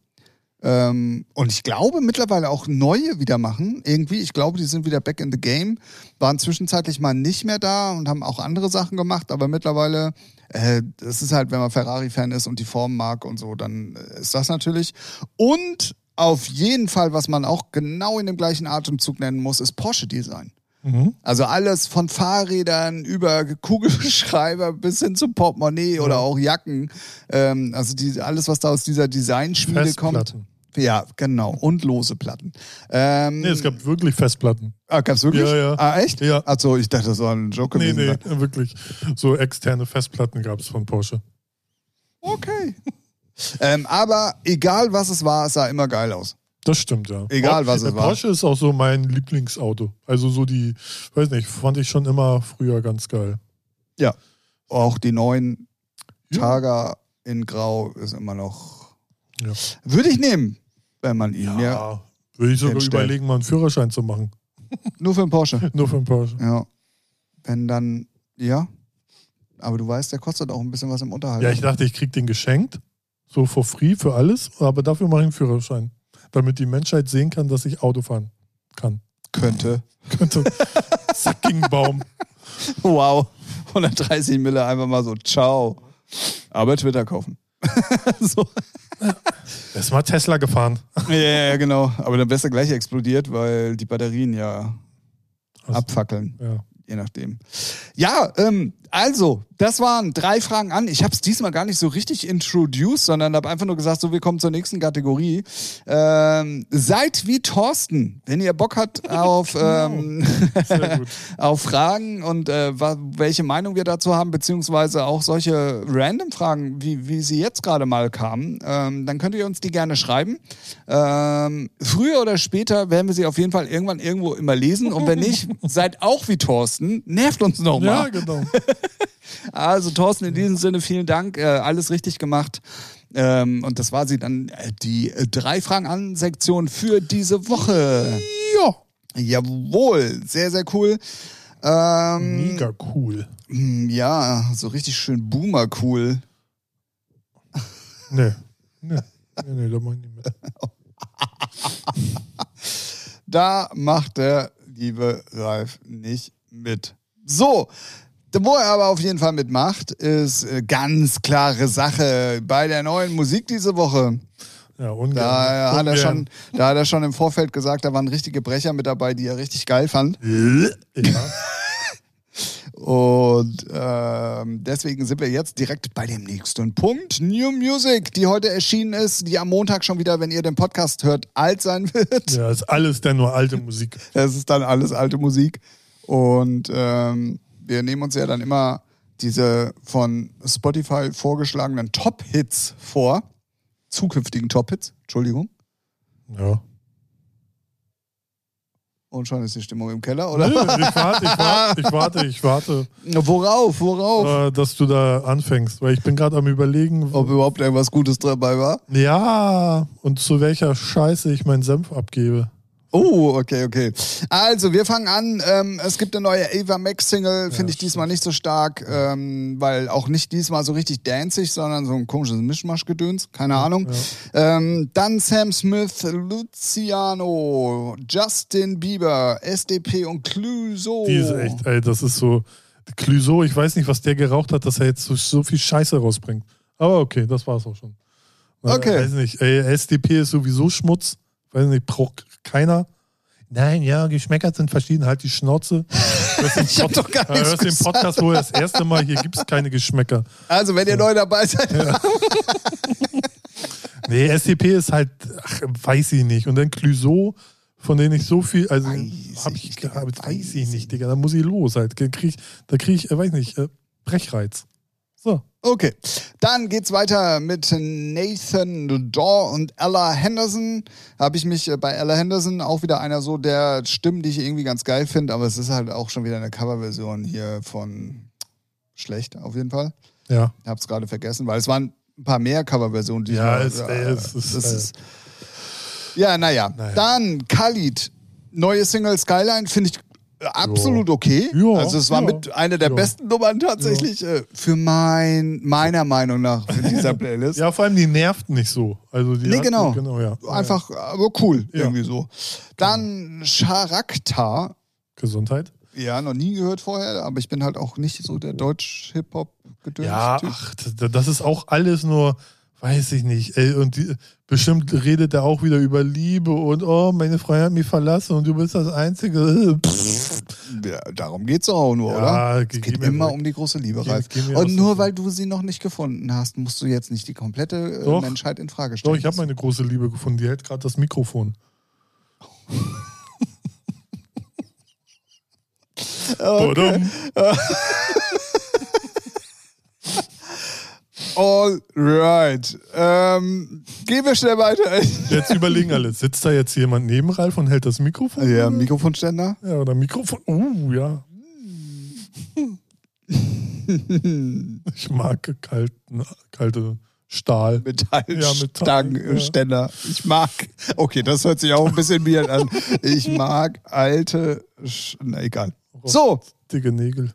Ähm, und ich glaube, mittlerweile auch neue wieder machen. Irgendwie, ich glaube, die sind wieder back in the game. Waren zwischenzeitlich mal nicht mehr da und haben auch andere Sachen gemacht, aber mittlerweile, äh, das ist halt, wenn man Ferrari-Fan ist und die Form mag und so, dann äh, ist das natürlich. Und auf jeden Fall, was man auch genau in dem gleichen Atemzug nennen muss, ist Porsche-Design. Mhm. Also alles von Fahrrädern über Kugelschreiber bis hin zum Portemonnaie oder auch Jacken. Ähm, also die, alles, was da aus dieser Designschmiede kommt. Festplatten. Ja, genau. Und lose Platten. Ähm, Nee, es gab wirklich Festplatten. ah, gab's wirklich? Ja, ja. Ah, echt? Ja. Achso, ich dachte, das war ein Joke Nee, gewesen. nee, wirklich. So externe Festplatten gab es von Porsche. Okay. ähm, aber egal was es war, es sah immer geil aus. Das stimmt, ja. Egal, was es Der war. Porsche ist auch so mein Lieblingsauto. Also so die, weiß nicht, fand ich schon immer früher ganz geil. Auch die neuen Ja. Targa in Grau ist immer noch. Ja. Würde ich nehmen, wenn man ihn mir. Würde ich sogar Den stellen. überlegen, mal einen Führerschein zu machen. Nur für einen Porsche. Nur für einen Porsche. Ja. Wenn dann, ja. Aber du weißt, der kostet auch ein bisschen was im Unterhalt. Ja, ich dachte, ich krieg den geschenkt. So for free für alles. Aber dafür mache ich einen Führerschein. Damit die Menschheit sehen kann, dass ich Auto fahren kann. könnte. [laughs] Könnte. Sackingbaum. Wow. 130 Mille einfach mal so, ciao. Aber Twitter kaufen. [laughs] so. Erstmal Tesla gefahren. Ja, ja, genau. Aber dann wärst du gleich explodiert, weil die Batterien ja Also, abfackeln, Ja. je nachdem. Ja, ähm, also, das waren drei Fragen an. Ich habe es diesmal gar nicht so richtig introduced, sondern habe einfach nur gesagt, so, wir kommen zur nächsten Kategorie. Ähm, seid wie Thorsten, wenn ihr Bock [laughs] habt auf, ähm, [laughs] Sehr gut. auf Fragen und äh, wa- welche Meinung wir dazu haben, beziehungsweise auch solche Random-Fragen, wie, wie sie jetzt gerade mal kamen, ähm, dann könnt ihr uns die gerne schreiben. Ähm, früher oder später werden wir sie auf jeden Fall irgendwann irgendwo immer lesen und wenn nicht, seid auch wie Thorsten, nervt uns nochmal. Ja, genau. Also Thorsten, in diesem Sinne vielen Dank, äh, alles richtig gemacht. Ähm, und das war sie dann, äh, die äh, drei Fragen an Sektion für diese Woche. Ja. Jawohl, sehr, sehr cool. Ähm, Mega cool. Mm, Ja, so richtig schön Boomer cool. Nee. Nee. Nee, nee, da mach ich nicht mit. Da macht der liebe Ralf nicht mit. So, wo er aber auf jeden Fall mitmacht, ist äh, ganz klare Sache bei der neuen Musik diese Woche. Ja, ungern. Da hat er Ungern. schon, da hat er schon im Vorfeld gesagt, da waren richtige Brecher mit dabei, die er richtig geil fand. Ja. Und ähm, deswegen sind wir jetzt direkt bei dem nächsten Punkt. New Music, die heute erschienen ist, die am Montag schon wieder, wenn ihr den Podcast hört, alt sein [laughs] wird. ja, ist alles denn nur alte Musik. Es ist dann alles alte Musik. Und ähm, wir nehmen uns ja dann immer diese von Spotify vorgeschlagenen Top-Hits vor. Zukünftigen Top-Hits, Entschuldigung. Ja. Und schon ist die Stimmung im Keller, Nö, oder? Ich warte, ich warte, ich warte, ich warte Worauf, worauf? äh, dass du da anfängst. Weil ich bin gerade am überlegen, Ob überhaupt irgendwas Gutes dabei war? ja, und zu welcher Scheiße ich meinen Senf abgebe. Oh, okay, okay. Also, wir fangen an. Ähm, es gibt eine neue Ava Max Single, finde ich diesmal nicht so stark, ähm, weil auch nicht diesmal so richtig danzig, sondern so ein komisches Mischmaschgedöns, keine Ahnung. Ähm, dann Sam Smith, Luciano, Justin Bieber, SDP und Clouseau. Die ist echt, ey, das ist so. Clüso, ich weiß nicht, was der geraucht hat, dass er jetzt so, so viel Scheiße rausbringt. Aber okay, das war's auch schon. Weil, Okay. Weiß nicht, ey, SDP ist sowieso Schmutz. Weiß nicht, braucht keiner. Nein, ja, Geschmäcker sind verschieden, halt die [laughs] Schnauze. Ich hab doch gar Du nichts hörst den gesagt. Podcast wohl das erste Mal, hier gibt's keine Geschmäcker. Also, wenn ihr neu dabei seid, Nee, SDP ist halt, ach, weiß ich nicht. Und dann Clüso, von denen ich so viel, also Weiß hab ich, ich, Digga, hab, weiß weiß ich nicht, Digga. Da muss ich los. Halt. Da krieg, ich- da krieg ich, äh, weiß nicht, äh, Brechreiz. So. Okay, dann geht's weiter mit Nathan Daw und Ella Henderson. Habe ich mich äh, bei Ella Henderson auch wieder einer so der Stimmen, die ich irgendwie ganz geil finde, aber es ist halt auch schon wieder eine Coverversion hier von schlecht auf jeden Fall. Ja. Ich hab's gerade vergessen, weil es waren ein paar mehr Coverversionen. die ich Ja, mal- es- äh, es ist, das äh, ja, naja. naja. Dann Khalid, neue Single Skyline finde ich absolut okay. Ja, also es war ja, mit einer der ja. besten Nummern tatsächlich äh, für mein, meiner Meinung nach in [laughs] dieser Playlist. Ja, vor allem die nervt nicht so. Also die Nee, hat- genau. genau ja. Einfach aber cool, Ja. Genau. irgendwie so. Dann Charakter. Ja. Gesundheit. Ja, noch nie gehört vorher, aber ich bin halt auch nicht so der Deutsch-Hip-Hop-Gedöns. Ja, ach, das- das ist auch alles nur, weiß ich nicht. Ey, und die, bestimmt redet er auch wieder über Liebe und oh, meine Freundin hat mich verlassen und du bist das Einzige. [laughs] Äh, pff. Ja, darum geht es auch nur, Ja, oder? ge- Es geht geh mir immer weg. um die große Liebe, Geh- Ralf. geh mir aus Und dem nur Weg. weil du sie noch nicht gefunden hast, musst du jetzt nicht die komplette äh, Doch. Menschheit in Frage stellen. Doch, ich habe meine große Liebe gefunden. Die hält gerade das Mikrofon. Badum. All right. Ähm, gehen wir [laughs] schnell weiter. Jetzt überlegen alle, sitzt da jetzt jemand neben Ralf und hält das Mikrofon? Ja, Mikrofonständer. Ja, oder Mikrofon. Uh, ja. Ich mag kalten, kalte Stahl. Ja, Metall, ja. Metallstangenständer. Ich mag, okay, das hört sich auch ein bisschen weird [laughs] an. Ich mag alte, Sch na egal. So, Dicke Nägel.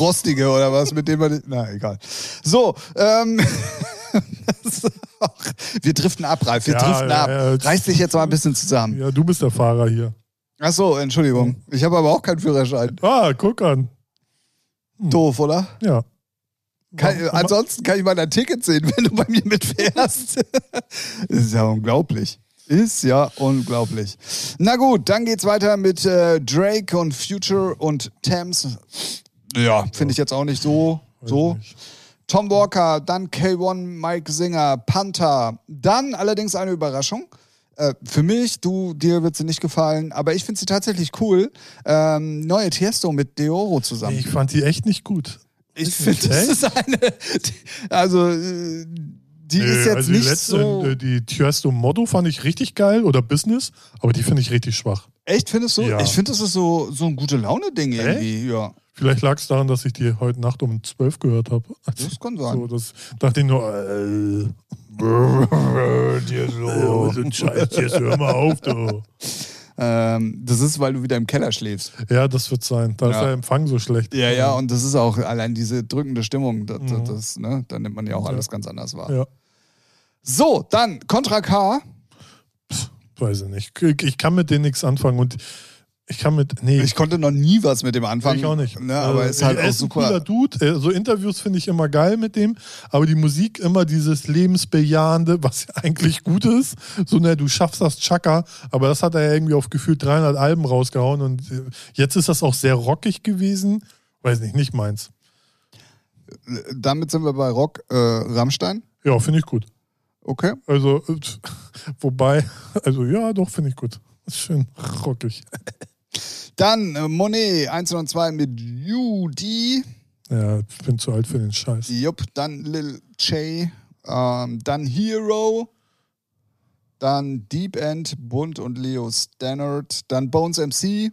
rostige oder was, mit dem man, na egal. So, ähm, [laughs] das ist auch, wir driften ab, Ralf, wir Ja, driften ja, ab. ja. Reiß dich jetzt mal ein bisschen zusammen. Ja, du bist der Fahrer hier. Ach so, Entschuldigung. Ich habe aber auch keinen Führerschein. Ah, guck an. Hm. Doof, oder? Ja. Kann, Mach- ansonsten kann ich mal dein Ticket sehen, wenn du bei mir mitfährst. [laughs] ist ja unglaublich. Ist ja unglaublich. Na gut, dann geht's weiter mit äh, Drake und Future und Thames. Ja, finde ich jetzt auch nicht so. Weiß So. nicht. Tom Walker, dann K1, Mike Singer, Panther. Dann allerdings eine Überraschung. Äh, für mich, du, dir wird sie nicht gefallen, aber ich finde sie tatsächlich cool. Ähm, neue Tiesto mit Deoro zusammen. Ich fand die echt nicht gut. Ich finde, das ist eine. die- Also, äh, die ist jetzt also die nicht letzte, so. äh, Die Tiesto Motto fand ich richtig geil oder Business, aber die finde ich richtig schwach. Echt, findest du? Ja. Ich finde, das ist so, so ein gute Laune-Ding irgendwie. Ja, Vielleicht lag es daran, dass ich die heute Nacht um 12 gehört habe. Also, das kann so, sein. das dachte ich nur, äh, [laughs] dir so. oh, so ein Scheiß, jetzt hör mal auf, du. Ähm, das ist, weil du wieder im Keller schläfst. Ja, das wird sein. Da ist Ja. der Empfang so schlecht. Ja, ja, und das ist auch allein diese drückende Stimmung. Das, das, das, ne? Da nimmt man ja auch Mhm. Ja. alles ganz anders wahr. Ja, So, dann Contra K. weiß ich nicht. Ich ich kann mit denen nichts anfangen und ich kann mit, nee, Ich konnte noch nie was mit dem anfangen. Ich auch nicht. Ne? Aber Äh, ist halt er auch ist ein cooler super. Dude. Äh, So Interviews finde ich immer geil mit dem. Aber die Musik immer dieses Lebensbejahende, was ja [laughs] eigentlich gut ist. So, ne, du schaffst das Chaka. Aber das hat er ja irgendwie auf gefühlt 300 Alben rausgehauen. Und äh, jetzt ist das auch sehr rockig gewesen. Weiß nicht, nicht meins. Äh, Damit sind wir bei Rock äh, Rammstein. Ja, finde ich gut. Okay. Also, äh, [laughs] wobei, [laughs] also ja, doch, finde ich gut. [laughs] Ist schön rockig. Dann äh, Monet 102 mit Judy. Ja, ich bin zu alt für den Scheiß. Jupp, dann Lil Jay. Ähm, dann Hero. Dann Deep End, Bund und Leo Stannard. Dann Bones MC.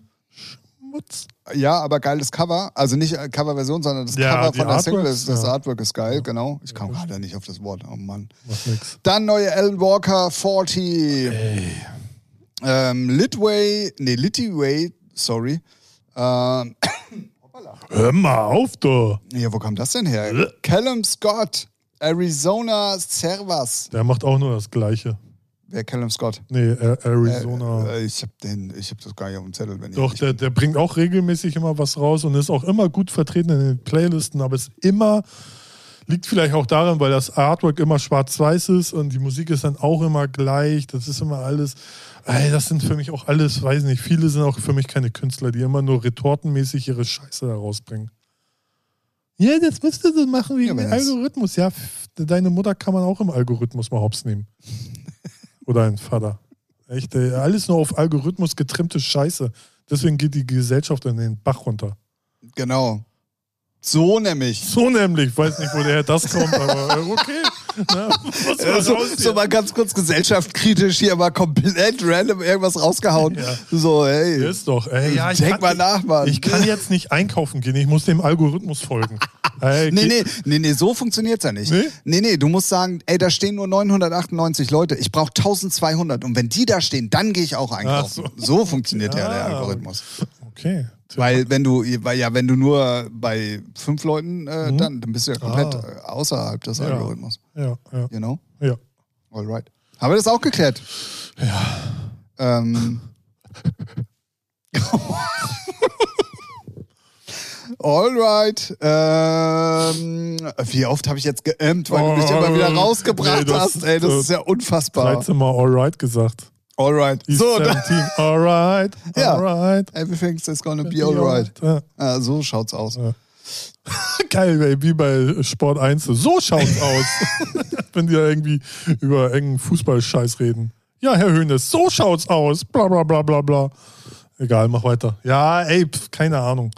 Mutz. Ja, aber geiles Cover. Also nicht äh, Coverversion, sondern das Ja, Cover die von der Single. Artworks, ist- Das ja. Artwork ist geil, genau. Ich kam gerade nicht auf das Wort. Oh Mann. Macht nix. Dann neue Alan Walker 40. Ähm, Litway, nee, Litway, sorry. Ähm, Hör mal auf, du. Ja, wo kam das denn her? Äh. Callum Scott, Arizona Servas. Der macht auch nur das Gleiche. Wer Callum Scott? Nee, Ä- Arizona. Äh, ich hab den, ich hab das gar nicht auf dem Zettel, wenn Doch, ich. der, der bringt auch regelmäßig immer was raus und ist auch immer gut vertreten in den Playlisten, aber es immer liegt vielleicht auch daran, weil das Artwork immer schwarz-weiß ist und die Musik ist dann auch immer gleich. Das ist immer alles. Ey, das sind für mich auch alles, weiß nicht, viele sind auch für mich keine Künstler, die immer nur retortenmäßig ihre Scheiße da rausbringen. Ja, das müsst ihr so machen wie Ja, im wenn das- Algorithmus. Ja, pf, deine Mutter kann man auch im Algorithmus mal hops [laughs] nehmen. Oder ein Vater. Echt, ey, alles nur auf Algorithmus getrimmte Scheiße. Deswegen geht die Gesellschaft in den Bach runter. Genau. So nämlich. So nämlich, weiß nicht, woher das kommt, aber äh, okay. Na, was war So, raus so hier? mal ganz kurz gesellschaftskritisch hier mal komplett random irgendwas rausgehauen. Ja. So, hey, ist doch. Ey, ja, ich denk kann mal nach, Mann. [laughs] Ich kann jetzt nicht einkaufen gehen, ich muss dem Algorithmus folgen. Hey, Nee, geh- nee, nee, nee, so funktioniert's ja nicht. Nee? Nee? nee, du musst sagen, ey, da stehen nur 998 Leute, ich brauche 1200 und wenn die da stehen, dann gehe ich auch einkaufen. Ach so. funktioniert ja, der Ah. Algorithmus. Okay. Weil wenn du, weil ja, wenn du nur bei fünf Leuten, äh, dann, dann bist du ja komplett Mhm. Ah. äh, außerhalb des Algorithmus. Ja, ja, You know? ja. Alright. Haben wir das auch geklärt? Ja. Ähm. Alright. Ähm, wie oft habe ich jetzt geämmt, weil du mich Oh, immer wieder rausgebracht nee, das- hast? Ey, das äh, ist ja unfassbar. 13 Mal alright gesagt. Alright. Die So, dann, 17, alright, Ja. alright. everything's is gonna be alright. Ja. Ah, so schaut's aus. [laughs] Geil, ey, wie bei Sport 1. So [laughs] schaut's aus. [laughs] Wenn die da irgendwie über engen Fußballscheiß reden. Ja, Herr Höhnes, so schaut's aus. Bla bla bla bla bla. Egal, mach weiter. Ja, ey, pf, keine Ahnung.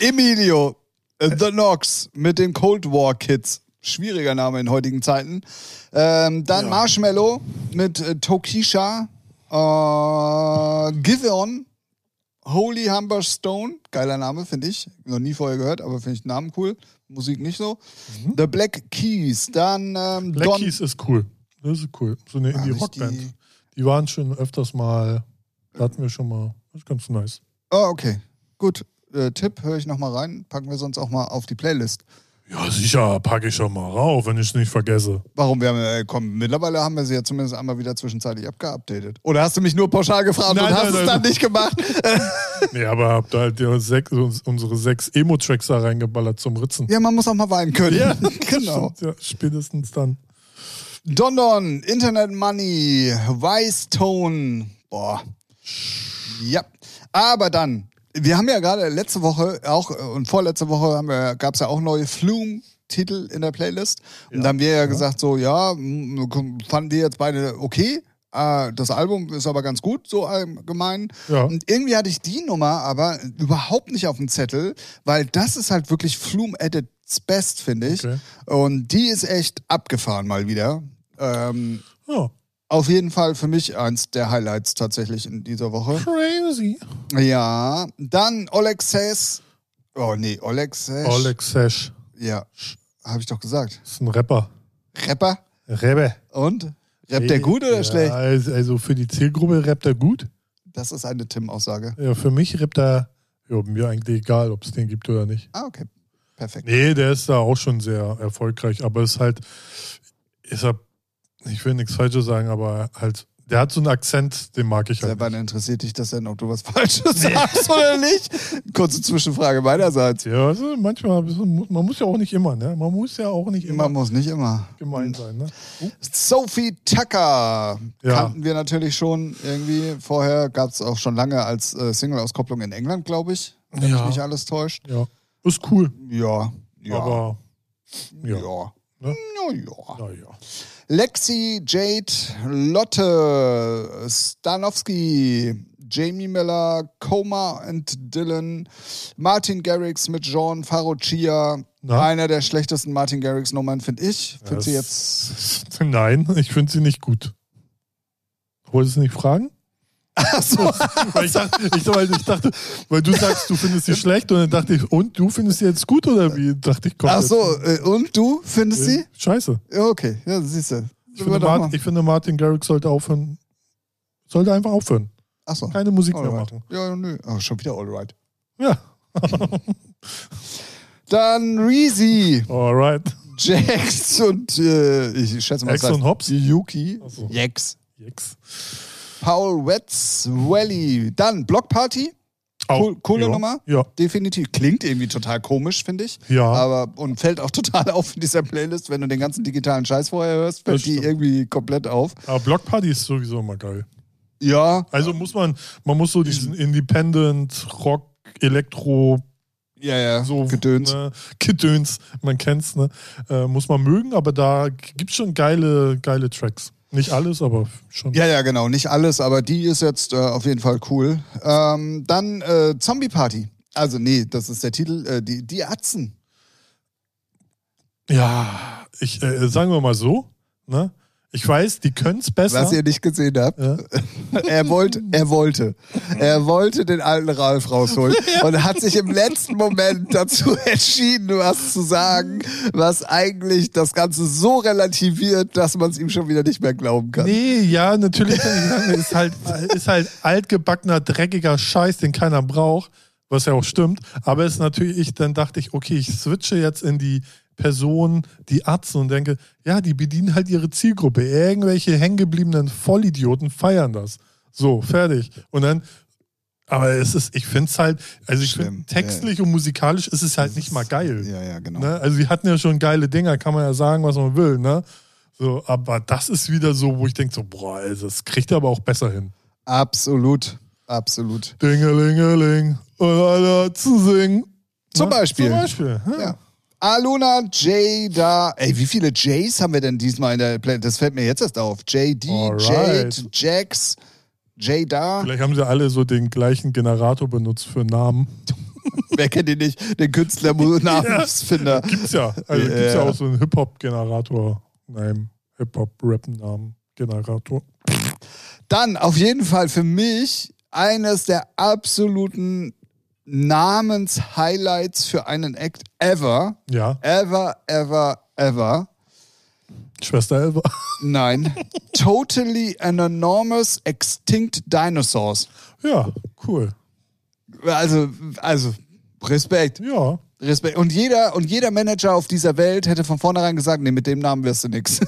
Emilio, äh, The Knox mit den Cold War Kids. Schwieriger Name in heutigen Zeiten. Ähm, dann Ja. Marshmallow mit äh, Tokisha. Äh, Giveon. Holy Humber Stone. Geiler Name, finde ich. Noch nie vorher gehört, aber finde ich den Namen cool. Musik nicht so. The Black Keys. Dann ähm, Mhm. Black Don. Keys ist cool. Das ist cool. So eine Hab ich Indie-Rockband. Die? die- waren schon öfters mal, da hatten wir schon mal. Das ist ganz nice. Ah, okay. Gut. Äh, Tipp höre ich nochmal rein. Packen wir sonst auch mal auf die Playlist. Ja, sicher, packe ich schon mal rauf, wenn ich es nicht [laughs] vergesse. Warum? Wir haben, äh, komm, mittlerweile haben wir sie ja zumindest einmal wieder zwischenzeitlich abgeupdatet. Oder hast du mich nur pauschal gefragt Nein, und hast nein, es nein. dann nicht gemacht? Äh, Nee, aber habt da halt ja sechs, uns- unsere sechs Emo-Tracks da reingeballert zum Ritzen. ja, man muss auch mal weinen können. [laughs] [laughs] genau. Stimmt, ja, spätestens dann. Don Don, Internet Money, Weiss Tone. Boah. Ja. Aber dann, wir haben ja gerade letzte Woche auch äh, und vorletzte Woche gab es ja auch neue Flume. Titel in der Playlist. Und da haben wir ja, gesagt, so, ja, m, komm, fanden wir jetzt beide okay. Äh, das Album ist aber ganz gut, so allgemein. Ja. Und irgendwie hatte ich die Nummer aber überhaupt nicht auf dem Zettel, weil das ist halt wirklich Flume at its best, finde ich. Okay. Und die ist echt abgefahren mal wieder. Ähm, Ja, auf jeden Fall für mich eins der Highlights tatsächlich in dieser Woche. crazy. Ja, dann Olexes. Oh nee, Olexes. Alex Sash Ja, habe ich doch gesagt. ist ein Rapper. Rapper Rebbe. und? Rappt der gut oder ja, schlecht? Also für die Zielgruppe rappt er gut. Das ist eine Tim-Aussage. Ja, für mich rappt er, ja, mir eigentlich egal, ob es den gibt oder nicht. Ah, okay. Perfekt. Nee, der ist da auch schon sehr erfolgreich, aber ist halt, ist er, ich will nichts Falsches sagen, aber halt, der hat so einen Akzent, den mag ich halt. Wann interessiert dich das denn, ob du was [laughs] Falsches sagst oder nicht? Kurze Zwischenfrage meinerseits. Ja, also manchmal, man muss ja auch nicht immer, ne? Man muss ja auch nicht immer Man muss nicht immer. gemein sein, ne? Sophie Tucker Ja. kannten wir natürlich schon irgendwie. Vorher gab es auch schon lange als äh, Single-Auskopplung in England, glaube ich. Wenn Ja. mich nicht alles täuscht. Ja. Ist cool, Ja. Ja. aber, ja. ja. Ja, Ne? ja. Naja. Lexi, Jade, Lotte, Stanowski, Jamie Miller, Coma und Dylan, Martin Garrix mit John Farrugia. Na? Einer der schlechtesten Martin Garrix-Nummern, finde ich. Finde Das- sie jetzt [laughs] Nein, ich finde sie nicht gut. Wolltest du nicht [laughs] fragen? Weil ich, dachte, ich, weil ich dachte, weil du sagst, du findest [laughs] sie schlecht und dann dachte ich, und du findest sie jetzt gut oder wie? Dachte ich, komm, Ach jetzt- so, äh, und du findest sie? Scheiße. Ja, Okay, ja, siehst du. Ich finde, Martin, ich finde, Martin Garrix sollte aufhören. Sollte einfach aufhören. Achso. Keine Musik mehr Alright. machen. Ja, nö. Oh, schon wieder alright. Ja. Dann Reezy, [laughs] Alright. Jax und äh, ich schätze mal, es Ex und heißt Hobbs. Yuki. Ach so. Jax. Jex. Paul Wetz, Welly. Dann Block Party. Au. Cool, coole ja. Nummer. Ja. Definitiv. Klingt irgendwie total komisch, finde ich. Ja. Aber und fällt auch [laughs] total auf in dieser Playlist, wenn du den ganzen digitalen Scheiß vorher hörst, fällt Das die stimmt. irgendwie komplett auf. Aber Blockparty ist sowieso immer geil. Ja, Also muss man, man muss so diesen Mhm. Independent, Rock, Elektro, ja, ja. so gedöns. Ne, Gedöns, man kennt's, ne? Äh, muss man mögen, aber da gibt's schon geile, geile Tracks. Nicht alles, aber schon. Ja, ja, genau. Nicht alles, aber die ist jetzt äh, auf jeden Fall cool. Ähm, dann äh, Zombie Party. Also, nee, das ist der Titel. Äh, die, die Atzen. Ja, ich äh, sagen wir mal so, ne? Ich weiß, die können es besser. Was ihr nicht gesehen habt. Ja. [laughs] Er wollte, er wollte. Er wollte den alten [laughs] Ralf rausholen und hat sich im letzten Moment dazu entschieden, was zu sagen, was eigentlich das Ganze so relativiert, dass man es ihm schon wieder nicht mehr glauben kann. Nee, ja, natürlich kann ich sagen, ist halt, ist halt altgebackener, dreckiger Scheiß, den keiner braucht, was ja auch stimmt. Aber es ist natürlich, ich, dann dachte ich, okay, ich switche jetzt in die Person, die Atzen und denke, ja, die bedienen halt ihre Zielgruppe. Irgendwelche hängengebliebenen Vollidioten feiern das. So, fertig. Und dann, aber es ist, ich finde es halt, also ich Schlimm, finde textlich und musikalisch ist es halt nicht mal geil. Ja, ja, genau. Ne? Also die hatten ja schon geile Dinger, kann man ja sagen, was man will, ne? So, aber das ist wieder so, wo ich denke, so, boah, also das kriegt er aber auch besser hin. Absolut, absolut. Dingelingeling und alle zu singen. Ne? Zum Beispiel. Zum Beispiel. Ja. Ja. Aluna Jada. Ey, wie viele J's haben wir denn diesmal in der Playlist? Das fällt mir jetzt erst auf. JD, Alright. Jade, Jax, Jada. Vielleicht haben sie alle so den gleichen Generator benutzt für Namen. Wer kennt ihn nicht? Den Künstler Namensfinder. Gibt's ja. Also gibt's ja Ja. auch so einen Hip-Hop-Generator. Nein, Hip-Hop-Rap-Namen-Generator. Dann auf jeden Fall für mich eines der absoluten Namenshighlights für einen Act ever. Ja, Ever, ever, ever. Schwester Elva. [laughs] Nein. totally an enormous extinct dinosaurs. Ja, cool. Also, also, Respekt. Ja. Respekt. Und jeder, und jeder Manager auf dieser Welt hätte von vornherein gesagt, nee, mit dem Namen wirst du nix.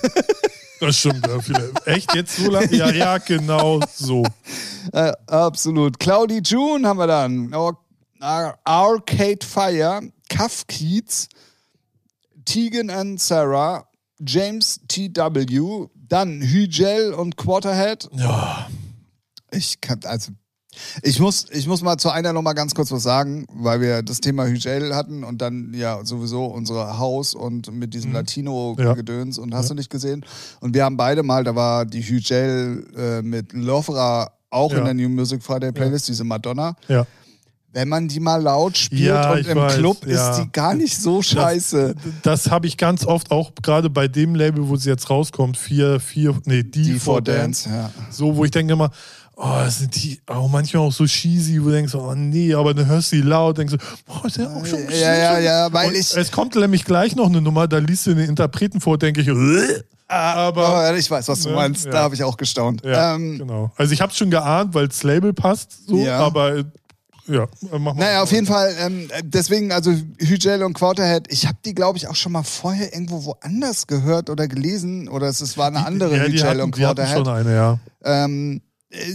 Das stimmt. ja, viele- Echt jetzt so lange? Ja, ja, genau so. äh, absolut. Cloudy June haben wir dann. Or Ar- Arcade Fire, Cuff Keats, Tegan and Sarah, James TW, dann Hügel und Quarterhead. Ja. Ich kann, also, ich muss, ich muss mal zu einer nochmal ganz kurz was sagen, weil wir das Thema Hügel hatten und dann ja sowieso unsere Haus und mit Mhm. diesem Latino-Gedöns und hast du nicht gesehen. Und wir haben beide mal, da war die Hügel äh, mit Lofra auch Ja. in der New Music Friday Playlist, diese Madonna. Ja. Wenn man die mal laut spielt Ja, und ich im weiß, Club ja. ist die gar nicht so scheiße. Das habe ich ganz oft auch gerade bei dem Label, wo sie jetzt rauskommt, vier, vier, nee, die, die for vor Dance. Dance, ja. So, wo ich denke immer, oh, das sind die auch manchmal auch so cheesy, wo du denkst, oh nee, aber dann hörst du die laut, denkst du, boah, ist ja auch schon Ja, ja, ja, weil Und ich- Es kommt nämlich gleich noch eine Nummer, da liest du den Interpreten vor, denke ich, "Äh", aber. Ah, Aber ich weiß, was du Ne? meinst. Ja. Da habe ich auch gestaunt. Ja, ähm, genau. Also ich habe es schon geahnt, weil das Label passt, so, Ja. aber äh, ja, äh, mach mal. Naja, auf jeden Fall. Ähm, deswegen, also Hügel und Quarterhead, ich habe die, glaube ich, auch schon mal vorher irgendwo woanders gehört oder gelesen. Oder es, es war eine andere ja, die Hügel hatten, und die hatten schon Quarterhead. eine, ja. Ähm, äh,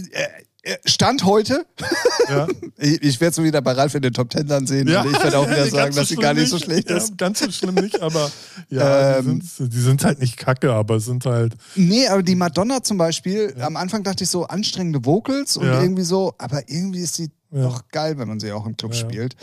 äh, Stand heute, [laughs] ja. ich, ich werde es wieder bei Ralf in den Top Ten dann sehen. Und ich [laughs] werde auch wieder Ganz sagen, so dass sie schlimm gar nicht so schlecht ja, ist. Ganz so schlimm nicht, [laughs] aber ja, Ähm. die, sind, die sind halt nicht kacke, aber sind halt. Nee, aber die Madonna zum Beispiel, am Anfang dachte ich so anstrengende Vocals und Ja. irgendwie so, aber irgendwie ist sie Ja. doch geil, wenn man sie auch im Club Ja. spielt.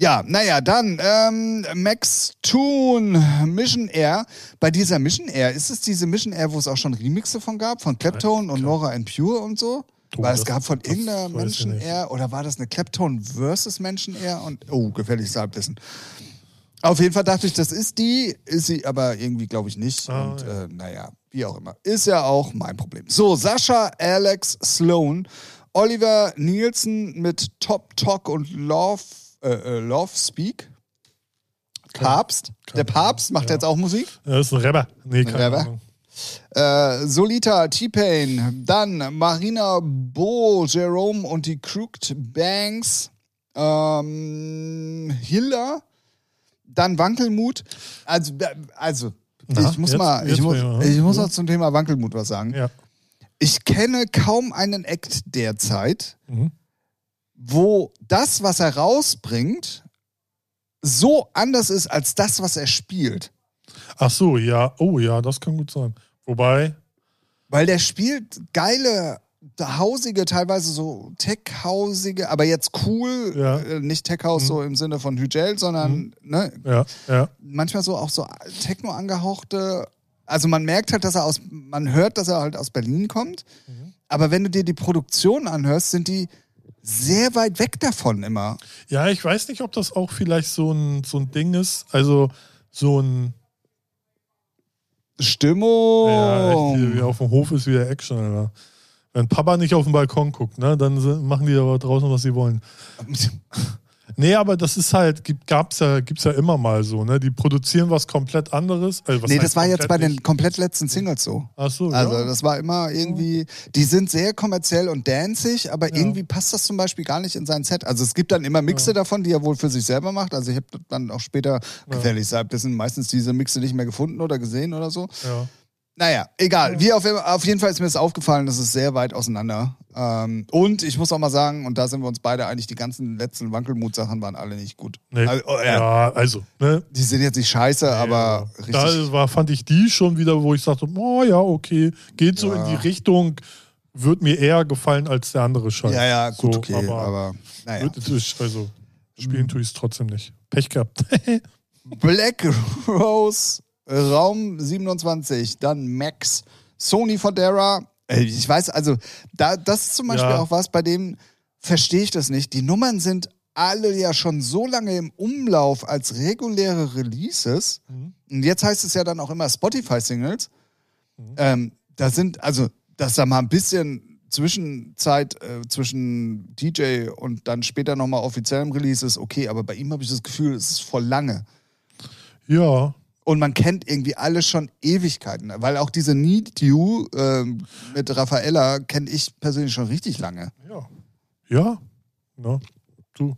Ja, naja, dann ähm, Max Toon, Mission Air. Bei dieser Mission Air, ist es diese Mission Air, wo es auch schon Remixe von gab, von Clapton und Nora and Pure und so? Oh, Weil es das- gab von das irgendeiner weiß ich Menschen nicht. Air oder war das eine Clapton versus Menschen Air und oh, gefährliches Halbwissen. Auf jeden Fall dachte ich, das ist die, ist sie aber irgendwie, glaube ich, nicht. Ah, und ja. äh, naja, wie auch immer. Ist ja auch mein Problem. So, Sascha, Alex, Sloan, Oliver Nielsen mit Top Talk und Love, äh, äh, Love Speak. Papst. Der Papst macht jetzt auch Musik. Das äh, ist ein Rapper. Nee, keine Rapper? Ahnung. Äh, Solita, T-Pain, dann Marina Bo, Jerome und die Crooked Banks, ähm, Hiller, dann Wankelmut. Also, äh, also Na, ich muss jetzt- mal, ich jetzt muss, mal, ja. ich muss noch zum Thema Wankelmut was sagen. Ja. Ich kenne kaum einen Act derzeit, Mhm. wo das, was er rausbringt, so anders ist als das, was er spielt. Ach so, ja. Oh ja, das kann gut sein. Wobei, Weil der spielt geile, hausige, teilweise so tech-hausige, aber jetzt cool, Ja. Mhm. äh, nicht tech-haus so im Sinne von Hügel, sondern ne, ja, ja. manchmal so auch so techno angehauchte. Also man merkt halt, dass er aus, man hört, dass er halt aus Berlin kommt, Mhm. aber wenn du dir die Produktion anhörst, sind die sehr weit weg davon immer. Ja, ich weiß nicht, ob das auch vielleicht so ein, so ein Ding ist. Also so ein Stimmung. Oh. Ja, echt, hier auf dem Hof ist wieder Action, Alter. Wenn Papa nicht auf den Balkon guckt, ne, dann sind- machen die aber draußen, was sie wollen. Nee, aber das ist halt, gibt, gab's ja, gibt's ja immer mal so, ne? Die produzieren was komplett anderes. Äh, was nee, heißt das war jetzt komplett bei den nicht? komplett letzten Singles so. Ach so, Also ja. das war immer irgendwie, die sind sehr kommerziell und danzig, aber irgendwie passt das zum Beispiel gar nicht in sein Set. Also es gibt dann immer Mixe davon, die er wohl für sich selber macht. Also ich habe dann auch später, gefährlich sei, das sind meistens diese Mixe nicht mehr gefunden oder gesehen oder so. ja. Naja, egal. Wie auf, auf jeden Fall ist mir das aufgefallen, das ist sehr weit auseinander. Ähm, und ich muss auch mal sagen, und da sind wir uns beide eigentlich, die ganzen letzten Wankelmut-Sachen waren alle nicht gut. Nee. Also, oh, ja. ja, also, ne? Die sind jetzt nicht scheiße, aber Ja. richtig. Da war, fand ich die schon wieder, wo ich sagte, oh ja, okay, geht so Ja. in die Richtung, wird mir eher gefallen als der andere Scheiß. ja, ja, gut, so, okay. Aber, naja. wird- es ist- also, Mhm. spielen tue ich es trotzdem nicht. Pech [laughs] gehabt. Black Rose, Raum 27, dann Max, Sony Fodera. Äh, Ich weiß, also, da, das ist zum Beispiel Ja. auch was, bei dem verstehe ich das nicht. Die Nummern sind alle ja schon so lange im Umlauf als reguläre Releases. Und jetzt heißt es ja dann auch immer Spotify-Singles. Ähm, da sind, also, dass da mal ein bisschen Zwischenzeit äh, zwischen DJ und dann später nochmal offiziellem Release ist, okay, aber bei ihm habe ich das Gefühl, es ist voll lange. ja. Und man kennt irgendwie alle schon Ewigkeiten, weil auch diese Need You ähm, mit Raffaella kenne ich persönlich schon richtig lange. Ja. Ja. Na, du.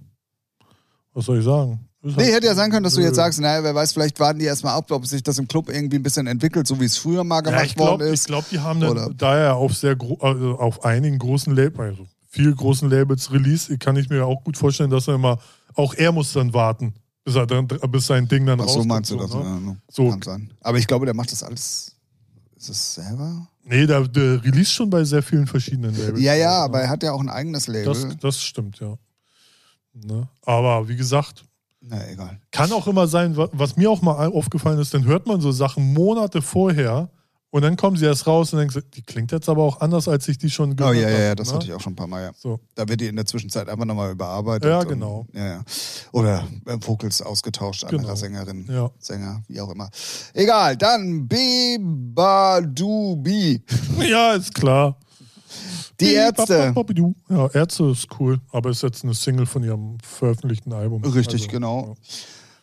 Was soll ich sagen? Ist Nee, halt- hätte ja sein können, dass du Nö. jetzt sagst, naja, wer weiß, vielleicht warten die erstmal ab, ob sich das im Club irgendwie ein bisschen entwickelt, so wie es früher mal Ja, gemacht ich glaube, worden ich ist. glaub, die haben Oder- dann, da ja auf sehr gro also auf einigen großen Labels, also viel großen Labels Release, kann ich mir auch gut vorstellen, dass er immer, auch er muss dann warten, bis, er dann, bis sein Ding dann Ach so rauskommt, meinst du das? ne? ja, ne? So. Kann sein. Aber ich glaube, der macht das alles. Ist es selber? Nee, der, der Release schon bei sehr vielen verschiedenen Labels. Also, ne, Ja, ja, aber er hat ja auch ein eigenes Label. das, das stimmt, ja. Ne? Aber wie gesagt, Na, egal. Kann auch immer sein, wa- was mir auch mal aufgefallen ist, dann hört man so Sachen Monate vorher und dann kommen sie erst raus und denken, so, die klingt jetzt aber auch anders, als ich die schon Oh gehört ja, ja, habe, ja, das ne? hatte ich auch schon ein paar Mal, ja. So. Da wird die in der Zwischenzeit einfach nochmal überarbeitet. Ja, und- genau. ja, ja. Oder äh, Vocals ausgetauscht, anderer Genau. Sängerin, Ja. Sänger, wie auch immer. Egal, dann Bebadubi. ja, ist klar. Die Ärzte. Bipapapapidu. Ja, Ärzte ist cool, aber ist jetzt eine Single von ihrem veröffentlichten Album. Richtig, Also, genau.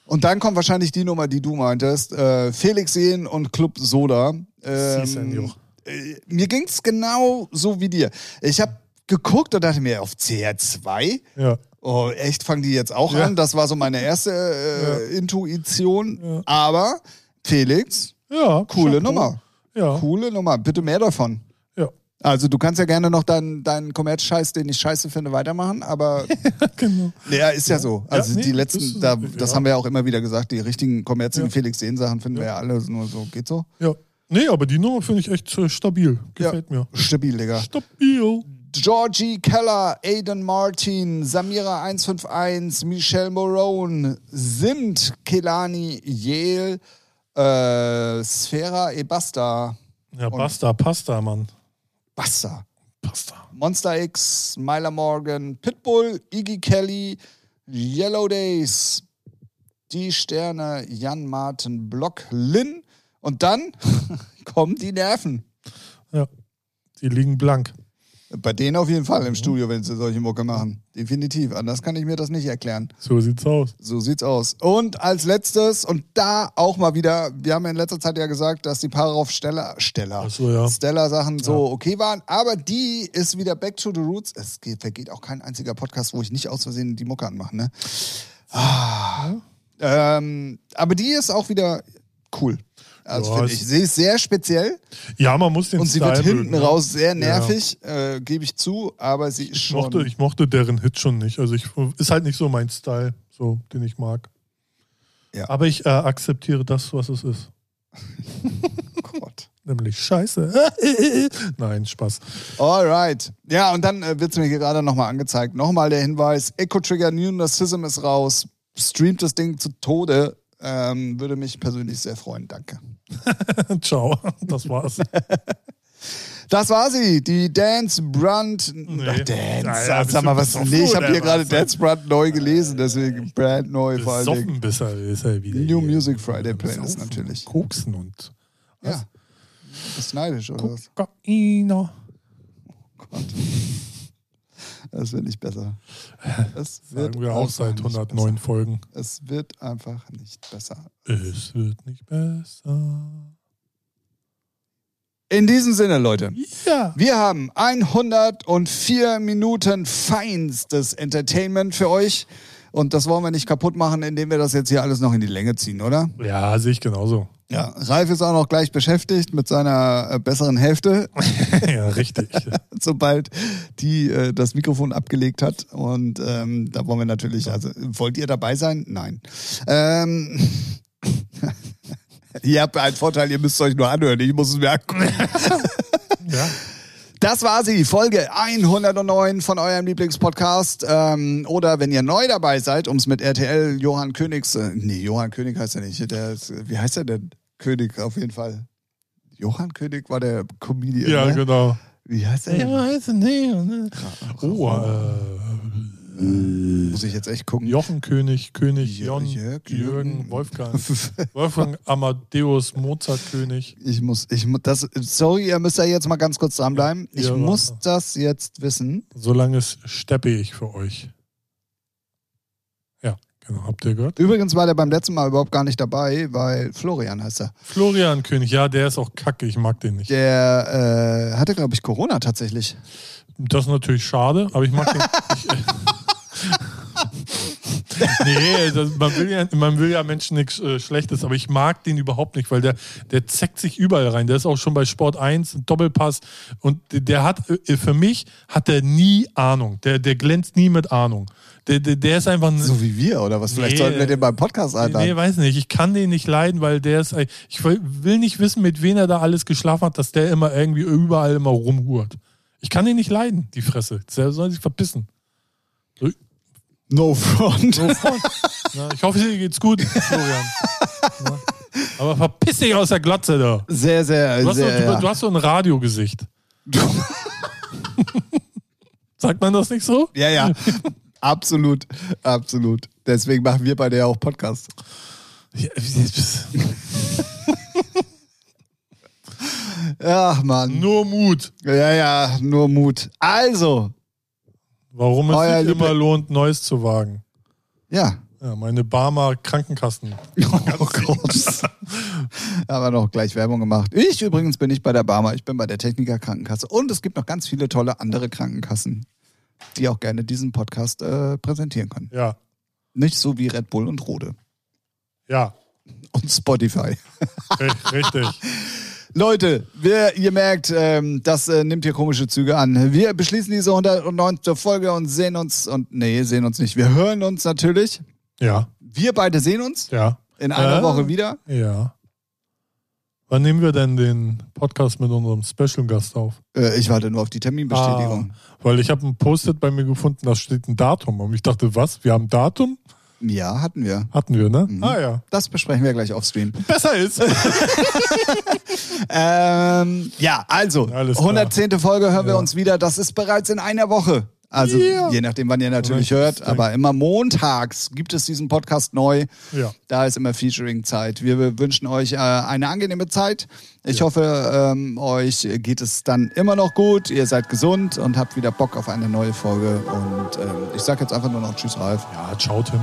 Und dann kommt wahrscheinlich die Nummer, die du meintest. Äh, Felix Sehen und Club Soda. Ähm, Sie, Senor. äh, mir ging es genau so wie dir. Ich habe geguckt und dachte mir, auf CR2 Ja. Oh, echt, fangen die jetzt auch Ja. an? Das war so [laughs] meine erste äh, Intuition. Aber Felix, ja. coole Chapeau. Nummer. Ja. Coole Nummer. Bitte mehr davon. ja. Also du kannst ja gerne noch deinen deinen Kommerzscheiß, den ich scheiße finde, weitermachen, aber [laughs] Genau. ja, ist ja so. Also nee, die das letzten, ist- da, ja. das haben wir ja auch immer wieder gesagt, die richtigen kommerzigen Ja. Felix Sehn Sachen finden wir ja alle nur so, geht so. Ja. Nee, aber die Nummer finde ich echt äh, stabil. Gefällt mir. Stabil, Digga. Stabil. Georgie Keller, Aiden Martin, Samira 151, Michelle Morone, Simt, Kelani, Yale, äh, Sfera Ebasta, Ja, Basta, Pasta, Mann. Basta, Pasta. Monster X, Myla Morgan, Pitbull, Iggy Kelly, Yellow Days, Die Sterne, Jan Martin Block, Lin und dann [laughs] kommen die Nerven. Ja. Die liegen blank. Bei denen auf jeden Fall im Studio, wenn sie solche Mucke machen. Definitiv. Anders kann ich mir das nicht erklären. So sieht's aus. So sieht's aus. Und als letztes, und da auch mal wieder, wir haben ja in letzter Zeit ja gesagt, dass die Parov Steller, Steller, Ach so, ja. Steller Sachen so okay waren, aber die ist wieder back to the roots. Es geht, vergeht auch kein einziger Podcast, wo ich nicht aus Versehen die Mucke anmache, ne? Ah. Ähm, aber die ist auch wieder cool. Also Ja, finde es- ich, sie ist sehr speziell Ja, man muss den und sie Style wird hinten mögen, ne? raus sehr nervig, äh, gebe ich zu, aber sie ist Ich schon. mochte, ich mochte deren Hit schon nicht. Also ich ist halt nicht so mein Style, so den ich mag. Ja. Aber ich äh, akzeptiere das, was es ist. Gott. Nämlich Scheiße. [laughs] Nein, Spaß. Alright. Ja, und dann äh, wird es mir hier gerade nochmal angezeigt. Nochmal der Hinweis: Echo Trigger New Narcissism ist raus. Streamt das Ding zu Tode. Ähm, würde mich persönlich sehr freuen. Danke. Ciao. Das war's. Das war sie, die Dance Brand. Ach, Dance. Ja, ja, sag, bist sag du mal was. besoffen Nee, ich habe oder hier gerade was? Dance Brand neu gelesen, deswegen brand neu [laughs] vor allen Dingen. Soffen besser ist er wieder. New hier. Music Friday Playlist Saufen, natürlich. Koksen und Was? Ja. Bist neidisch, oder was? Kokaino. Es wird nicht besser. Es wird Sagen wir auch einfach seit nicht 109 Folgen. Besser. Es wird einfach nicht besser. Es wird nicht besser. In diesem Sinne, Leute. Ja. Wir haben 104 Minuten feinstes Entertainment für euch. Und das wollen wir nicht kaputt machen, indem wir das jetzt hier alles noch in die Länge ziehen, oder? Ja, sehe ich genauso. [laughs] Ja. Ralf ist auch noch gleich beschäftigt mit seiner äh, besseren Hälfte, [laughs] ja, richtig. sobald die äh, das Mikrofon abgelegt hat. Und ähm, da wollen wir natürlich, also wollt ihr dabei sein? Nein. Ähm, [laughs] ihr habt einen Vorteil, ihr müsst euch nur anhören, ich muss es mir angucken. ja. Das war sie, Folge 109 von eurem Lieblingspodcast. Ähm, oder wenn ihr neu dabei seid, um es mit RTL Johann Königs. Äh, nee, Johann König heißt er nicht. Der ist, wie heißt er denn? König auf jeden Fall. Johann König war der Comedian. ja, ne? genau. Wie heißt er? denn? weiß nicht. Oh, äh, Muss ich jetzt echt gucken. [laughs] Jochen König, König, Jörg, Jon, Jörg, Jürgen. Jürgen, [laughs] Wolfgang. Wolfgang Amadeus Mozart König. Ich muss, ich muss, das, sorry, ihr müsst da jetzt mal ganz kurz dranbleiben. Ich Ja, aber- muss das jetzt wissen. Solange es steppe ich für euch. Ja, genau. Habt ihr gehört? Übrigens war der beim letzten Mal überhaupt gar nicht dabei, weil Florian heißt er. Florian König, ja, der ist auch kacke, ich mag den nicht. Der äh, hatte, glaube ich, Corona tatsächlich. Das ist natürlich schade, aber ich mag den. ich, [laughs] nee, das, man, will ja, man will ja Menschen nichts äh, Schlechtes, aber ich mag den überhaupt nicht, weil der, der zeckt sich überall rein. Der ist auch schon bei Sport 1, ein Doppelpass. Und der hat, äh, für mich hat der nie Ahnung. Der, der glänzt nie mit Ahnung. Der, der, der ist einfach ein. So wie wir, oder was? Vielleicht Nee. sollten wir den beim Podcast Nee, einladen. weiß nicht. Ich kann den nicht leiden, weil der ist. ein- Ich will- will nicht wissen, mit wem er da alles geschlafen hat, dass der immer irgendwie überall immer rumhurt. Ich kann den nicht leiden, die Fresse. Der soll sich [laughs] verpissen. No front. So voll. Na, ich hoffe, dir geht's gut, Florian. Na, aber verpiss dich aus der Glotze da. Sehr, sehr, Du hast, sehr. so, du, ja. du hast so ein [laughs] Radiogesicht. Sagt man das nicht so? [laughs] ja, ja. Absolut, absolut. Deswegen machen wir bei dir auch Podcast. Ach, Mann. Nur Mut. Ja, ja, nur Mut. Also, Warum es Euer sich Liebe- immer lohnt, Neues zu wagen. ja. Ja, meine Barmer Krankenkassen. Oh [laughs] Gott. Aber noch gleich Werbung gemacht. Ich übrigens bin nicht bei der Barmer, ich bin bei der Techniker Krankenkasse. Und es gibt noch ganz viele tolle andere Krankenkassen, die auch gerne diesen Podcast äh, präsentieren können. Ja, Nicht so wie Red Bull und Rode ja, und Spotify. ri- richtig. Leute, wir, ihr merkt, ähm, das äh, nimmt hier komische Züge an. Wir beschließen diese 109. Folge und sehen uns und nee, sehen uns nicht. Wir hören uns natürlich. Ja, Wir beide sehen uns ja, in einer Äh. Woche wieder. ja. Wann nehmen wir denn den Podcast mit unserem Special-Gast auf? Ah, Äh, ich warte nur auf die Terminbestätigung. Weil ich habe ein Post-it bei mir gefunden, da steht ein Datum. Und ich dachte, was? Wir haben ein Datum? Ja, hatten wir. Hatten wir, ne? Ah ja. Das besprechen wir gleich auf Stream. Besser ist. Ähm, ja, also, Alles klar. 110. Folge hören wir Ja. uns wieder. Das ist bereits in einer Woche. Also, Ja. je nachdem, wann ihr natürlich Ja, ich hört, denke- aber immer montags gibt es diesen Podcast neu. ja. Da ist immer Featuring-Zeit. Wir wünschen euch äh, eine angenehme Zeit. Ich hoffe, ähm, euch geht es dann immer noch gut. Ihr seid gesund und habt wieder Bock auf eine neue Folge. Und ähm, ich sage jetzt einfach nur noch Tschüss, Ralf. Ja, ciao, Tim.